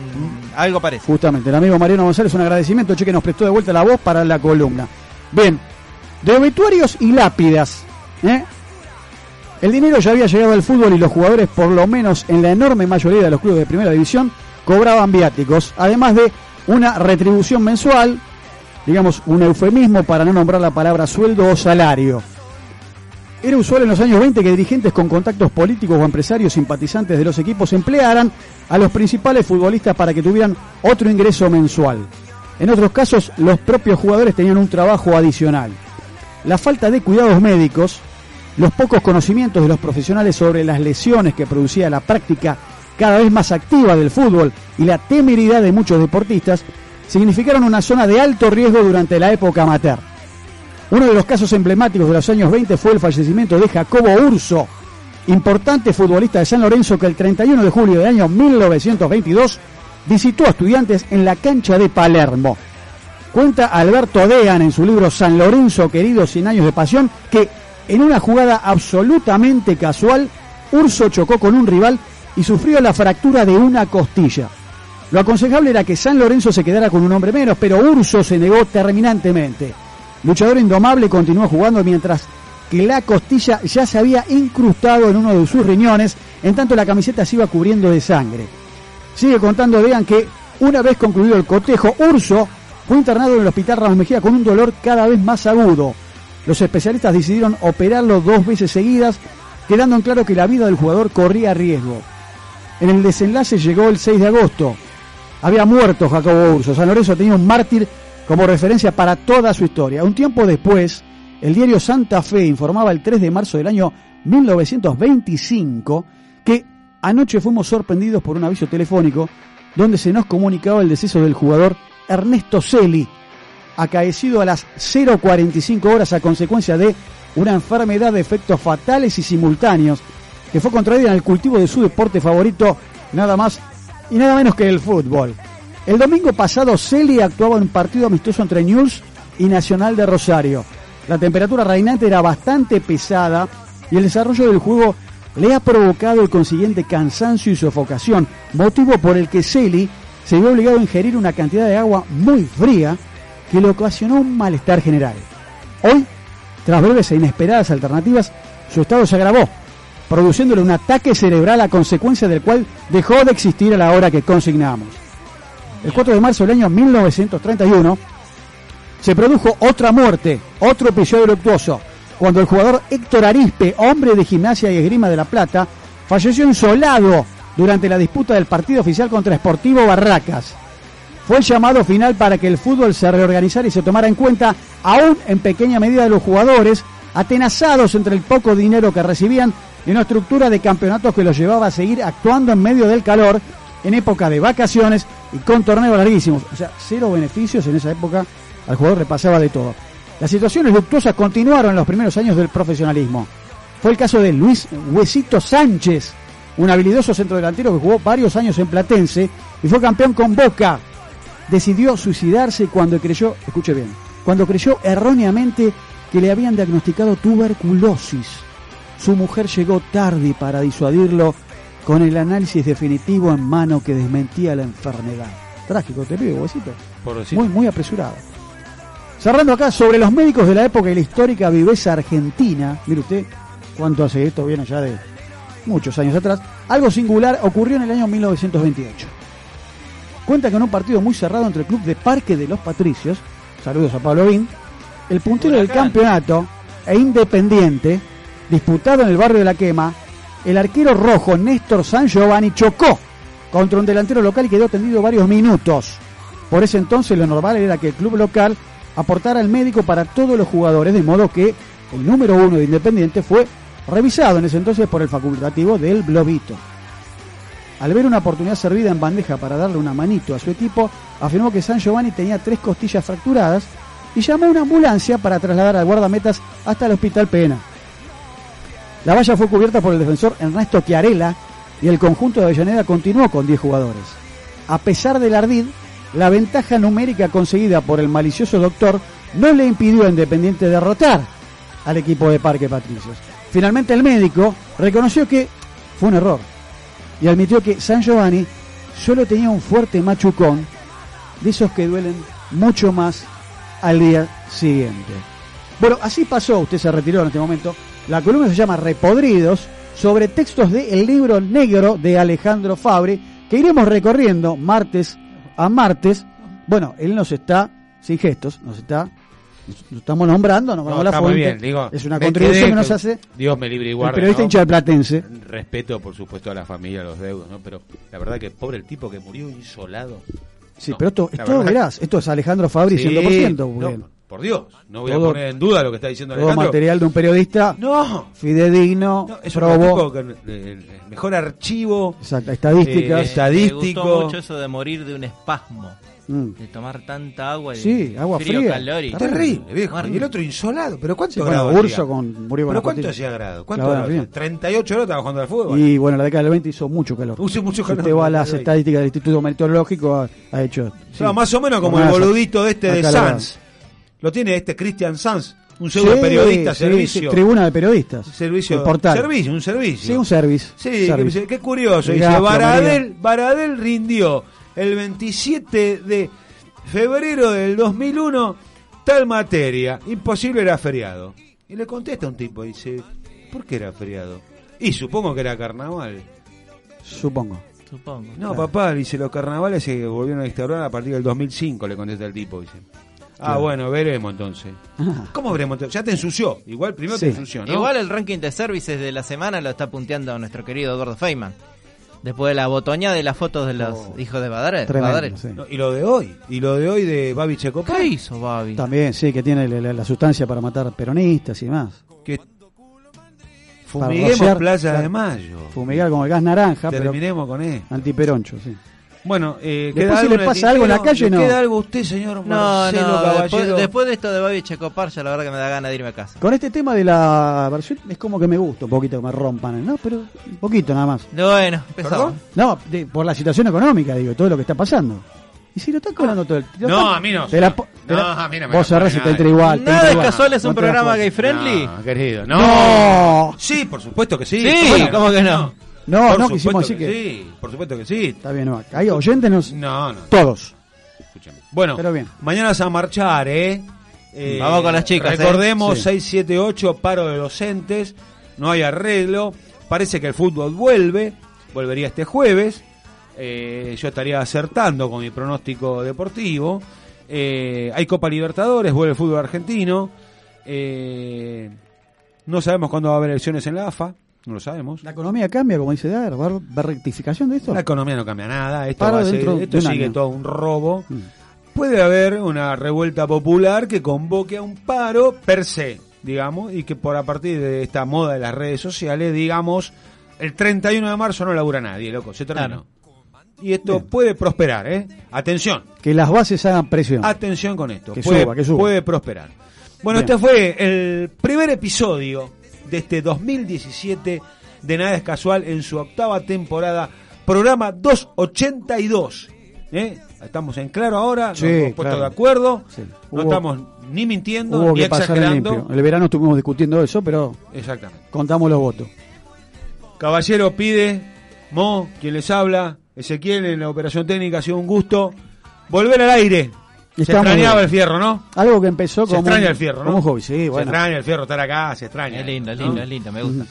algo parecido. Justamente, el amigo Mariano González, un agradecimiento, che, que nos prestó de vuelta la voz para la columna. Bien, de obituarios y lápidas. ¿eh? El dinero ya había llegado al fútbol y los jugadores, por lo menos en la enorme mayoría de los clubes de primera división, cobraban viáticos, además de una retribución mensual, digamos un eufemismo para no nombrar la palabra sueldo o salario. Era usual en los años 20 que dirigentes con contactos políticos o empresarios simpatizantes de los equipos emplearan a los principales futbolistas para que tuvieran otro ingreso mensual. En otros casos, los propios jugadores tenían un trabajo adicional. La falta de cuidados médicos, los pocos conocimientos de los profesionales sobre las lesiones que producía la práctica cada vez más activa del fútbol y la temeridad de muchos deportistas significaron una zona de alto riesgo durante la época amateur. Uno de los casos emblemáticos de los años 20 fue el fallecimiento de Jacobo Urso, importante futbolista de San Lorenzo que el 31 de julio del año 1922 visitó a estudiantes en la cancha de Palermo. Cuenta Alberto Dean en su libro San Lorenzo querido 100 años de pasión que en una jugada absolutamente casual Urso chocó con un rival y sufrió la fractura de una costilla. Lo aconsejable era que San Lorenzo se quedara con un hombre menos, pero Urso se negó terminantemente. Luchador indomable continuó jugando mientras que la costilla ya se había incrustado en uno de sus riñones, en tanto la camiseta se iba cubriendo de sangre. Sigue contando Vean que una vez concluido el cortejo, Urso fue internado en el hospital Ramos Mejía con un dolor cada vez más agudo. Los especialistas decidieron operarlo dos veces seguidas, quedando en claro que la vida del jugador corría riesgo. En el desenlace llegó el 6 de agosto. Había muerto Jacobo Urso. San Lorenzo tenía un mártir como referencia para toda su historia. Un tiempo después, el diario Santa Fe informaba el 3 de marzo del año 1925 que anoche fuimos sorprendidos por un aviso telefónico donde se nos comunicaba el deceso del jugador Ernesto Celi, acaecido a las 0.45 horas a consecuencia de una enfermedad de efectos fatales y simultáneos que fue contraída en el cultivo de su deporte favorito, nada más y nada menos que el fútbol. El domingo pasado Celi actuaba en un partido amistoso entre News y Nacional de Rosario. La temperatura reinante era bastante pesada y el desarrollo del juego le ha provocado el consiguiente cansancio y sofocación, motivo por el que Celi se vio obligado a ingerir una cantidad de agua muy fría que le ocasionó un malestar general. Hoy, tras breves e inesperadas alternativas, su estado se agravó, produciéndole un ataque cerebral a consecuencia del cual dejó de existir a la hora que consignamos. El 4 de marzo del año 1931 se produjo otra muerte, otro episodio luctuoso, cuando el jugador Héctor Arispe, hombre de gimnasia y esgrima de La Plata, falleció insolado durante la disputa del partido oficial contra Sportivo Barracas. Fue el llamado final para que el fútbol se reorganizara y se tomara en cuenta, aún en pequeña medida, de los jugadores, atenazados entre el poco dinero que recibían y una estructura de campeonatos que los llevaba a seguir actuando en medio del calor, en época de vacaciones y con torneos larguísimos. O sea, cero beneficios en esa época, al jugador le pasaba de todo. Las situaciones luctuosas continuaron en los primeros años del profesionalismo. Fue el caso de Luis Huesito Sánchez, un habilidoso centrodelantero que jugó varios años en Platense y fue campeón con Boca. Decidió suicidarse cuando creyó, escuche bien, cuando creyó erróneamente que le habían diagnosticado tuberculosis. Su mujer llegó tarde para disuadirlo con el análisis definitivo en mano que desmentía la enfermedad. Trágico, te pido, Huesito. Pobrecito. Muy, muy apresurado. Cerrando acá sobre los médicos de la época y la histórica viveza argentina, mire usted cuánto hace esto, viene ya de muchos años atrás, algo singular ocurrió en el año 1928. Cuenta con un partido muy cerrado entre el club de Parque de los Patricios, saludos a Pablo Vin, el puntero del campeonato e independiente, disputado en el barrio de La Quema, el arquero rojo Néstor San Giovanni chocó contra un delantero local y quedó tendido varios minutos. Por ese entonces lo normal era que el club local aportar al médico para todos los jugadores, de modo que el número uno de Independiente fue revisado en ese entonces por el facultativo del Globito. Al ver una oportunidad servida en bandeja para darle una manito a su equipo, afirmó que San Giovanni tenía tres costillas fracturadas y llamó a una ambulancia para trasladar al guardametas hasta el hospital Pena. La valla fue cubierta por el defensor Ernesto Chiarella y el conjunto de Avellaneda continuó con 10 jugadores. A pesar del ardid, la ventaja numérica conseguida por el malicioso doctor no le impidió a Independiente derrotar al equipo de Parque Patricios. Finalmente el médico reconoció que fue un error y admitió que San Giovanni solo tenía un fuerte machucón de esos que duelen mucho más al día siguiente. Bueno, así pasó, usted se retiró en este momento. La columna se llama Repodridos sobre textos del libro negro de Alejandro Fabri que iremos recorriendo martes a martes. Bueno, él nos está, sin gestos, nos está, nos estamos nombrando, nombramos No, la está muy fuente. bien, digo, es una me contribución quedé que nos con- hace Dios me libre y guarde, El periodista ¿no? hincha del Platense. Respeto, por supuesto, a la familia, a los deudos, ¿no? Pero la verdad que pobre el tipo que murió insolado. Sí, pero esto, la esto verdad- verás, esto es Alejandro Fabri Sí, 100%. no, Burel. por Dios, no voy Todo- a poner en duda lo que está diciendo Todo Alejandro. material de un periodista No. fidedigno, Es un tipo probó, con eh, el mejor archivo. Exacto, estadísticas. eh, Me estadístico. gustó mucho eso de morir de un espasmo. Mm. De tomar tanta agua y Sí, agua frío fría. calórico. Terrible, viejo. Muerto. Y el otro insolado. ¿Pero cuánto Sí, bueno, grado Urso hacía? con- murió con ¿Pero la cuánto cortina. hacía grado? La ¿Cuánto verdad, grado? bien. 38 horas estaba jugando al fútbol. Y bueno, la década del 20 hizo mucho calor. Hizo mucho Si calor. usted va a las Sí. estadísticas del Instituto Meteorológico, ha, ha hecho. Estaba sí, más o menos como el más boludito de este de acá la- Sanz. Lo tiene este Christian Sanz, un pseudo periodista, sí, servicio. sí, tribuna de periodistas. Servicio. El portal. Servicio, un servicio. Sí, un servicio. Sí, Servicio. qué, qué curioso. Mirá, Dice, Flor María. Baradel, Baradel rindió el 27 de febrero del 2001 tal materia. Imposible era feriado. Y le contesta un tipo, dice, ¿por qué era feriado? Y supongo que era carnaval. Supongo. Supongo. No, papá, dice, los carnavales se volvieron a instaurar a partir del 2005, le contesta el tipo, dice. Ah, Claro. Ah. bueno, veremos entonces. ¿Cómo veremos entonces? Ya te ensució. Igual primero te ensució, ¿no? Igual el ranking de services de la semana lo está punteando nuestro querido Eduardo Feynman. Después de la botoña de las fotos de los hijos de Badare. Oh. Tremendo, Badare. sí. Y lo de hoy, y lo de hoy de Babi Checopar. ¿Qué hizo Babi? También, sí, que tiene la, la- la sustancia para matar peronistas y demás. Que Para fumiguemos rociar- Plaza de claro, Mayo. Fumigar con el gas naranja. pero Terminemos con él. Antiperoncho, sí. Bueno, eh, Después si le el pasa algo en la tintero? calle, ¿Le no. queda algo a usted, señor No, Marcelo no, después, Caballero? después de esto de Babi Checopar, ya la verdad que me da ganas de irme a casa. Con este tema de la versión es como que me gusta un poquito que me rompan, ¿no? Pero un poquito nada más. Bueno, empezamos. No, de- por la situación económica, digo, todo lo que está pasando. Y si lo están cobrando todo el No, están- a mí no. te la po- te No, la- a mí no me Vos la cerrás y pone te entra nadie. igual. te Nada entra es igual. casual, es un No te la programa juegues. gay friendly. No, querido, No. Sí, por supuesto que sí. Sí, Bueno, ¿cómo que no? No, Por no supuesto quisimos decir que- Sí, por supuesto que sí. Está bien, no, hay oyentes nos- No, no. Todos. Bueno, Pero bien. mañana es a marchar, ¿eh? Eh, Mm, Vamos con las chicas, ¿eh? Recordemos Sí. 678, paro de docentes, no hay arreglo, parece que el fútbol vuelve, volvería este jueves, eh, yo estaría acertando con mi pronóstico deportivo, eh, hay Copa Libertadores, vuelve el fútbol argentino, eh, no sabemos cuándo va a haber elecciones en la AFA, no lo sabemos. La economía cambia, como dice Dar, ¿va, va rectificación de esto? La economía no cambia nada, esto, Paro va a seguir- dentro de esto un sigue año. Mm. todo un robo. Puede haber una revuelta popular que convoque a un paro per se, digamos, y que por a partir de esta moda de las redes sociales, digamos, el 31 de marzo no labura nadie, loco, se terminó. Y esto puede prosperar, ¿eh? Atención, Que las bases hagan presión. atención con esto. Que puede, suba, que suba. puede prosperar. Bueno, Bien. este fue el primer episodio de este 2017 de Nada es Casual en su octava temporada, programa 282. ¿eh? Estamos en claro ahora, Sí, nos hemos puesto claro. de acuerdo, Sí. Hubo- no estamos ni mintiendo Hubo ni que pasar el limpio. exagerando. El verano estuvimos discutiendo eso, pero Exactamente. contamos los votos. Caballero pide, Mo, quien les habla, Ezequiel en la operación técnica, ha sido un gusto. Volver al aire. Se Estamos- extrañaba el fierro, ¿no? Algo que empezó Se como extraña un- el fierro, ¿no? como un hobby, sí, Se bueno. extraña el fierro estar acá, se extraña. Es lindo, es lindo, ¿no? es lindo, me gusta.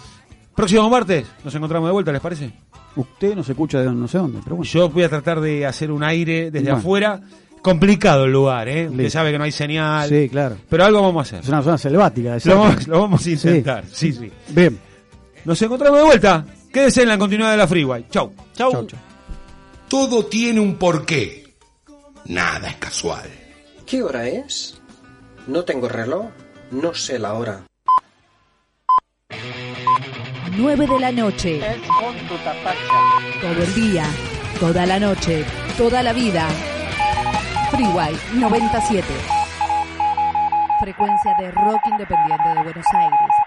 Próximo martes nos encontramos de vuelta, ¿les parece? Usted nos escucha de no sé dónde, pero bueno. Yo voy a tratar de hacer un aire desde Bueno. afuera. Complicado el lugar, ¿eh? Usted Listo. sabe que no hay señal. Sí, claro. Pero algo vamos a Es hacer. una zona selvática. de Lo cerca. vamos, lo vamos a Sí. intentar. Sí, sí. Bien. Nos encontramos de vuelta. Quédese en la continuidad de la Freeway. Chau. Chau. Todo tiene un porqué. Nada es casual. ¿Qué hora es? No tengo reloj, no sé la hora. 9 de la noche. Todo el día, toda la noche, toda la vida. Freeway 97. Frecuencia de rock independiente de Buenos Aires.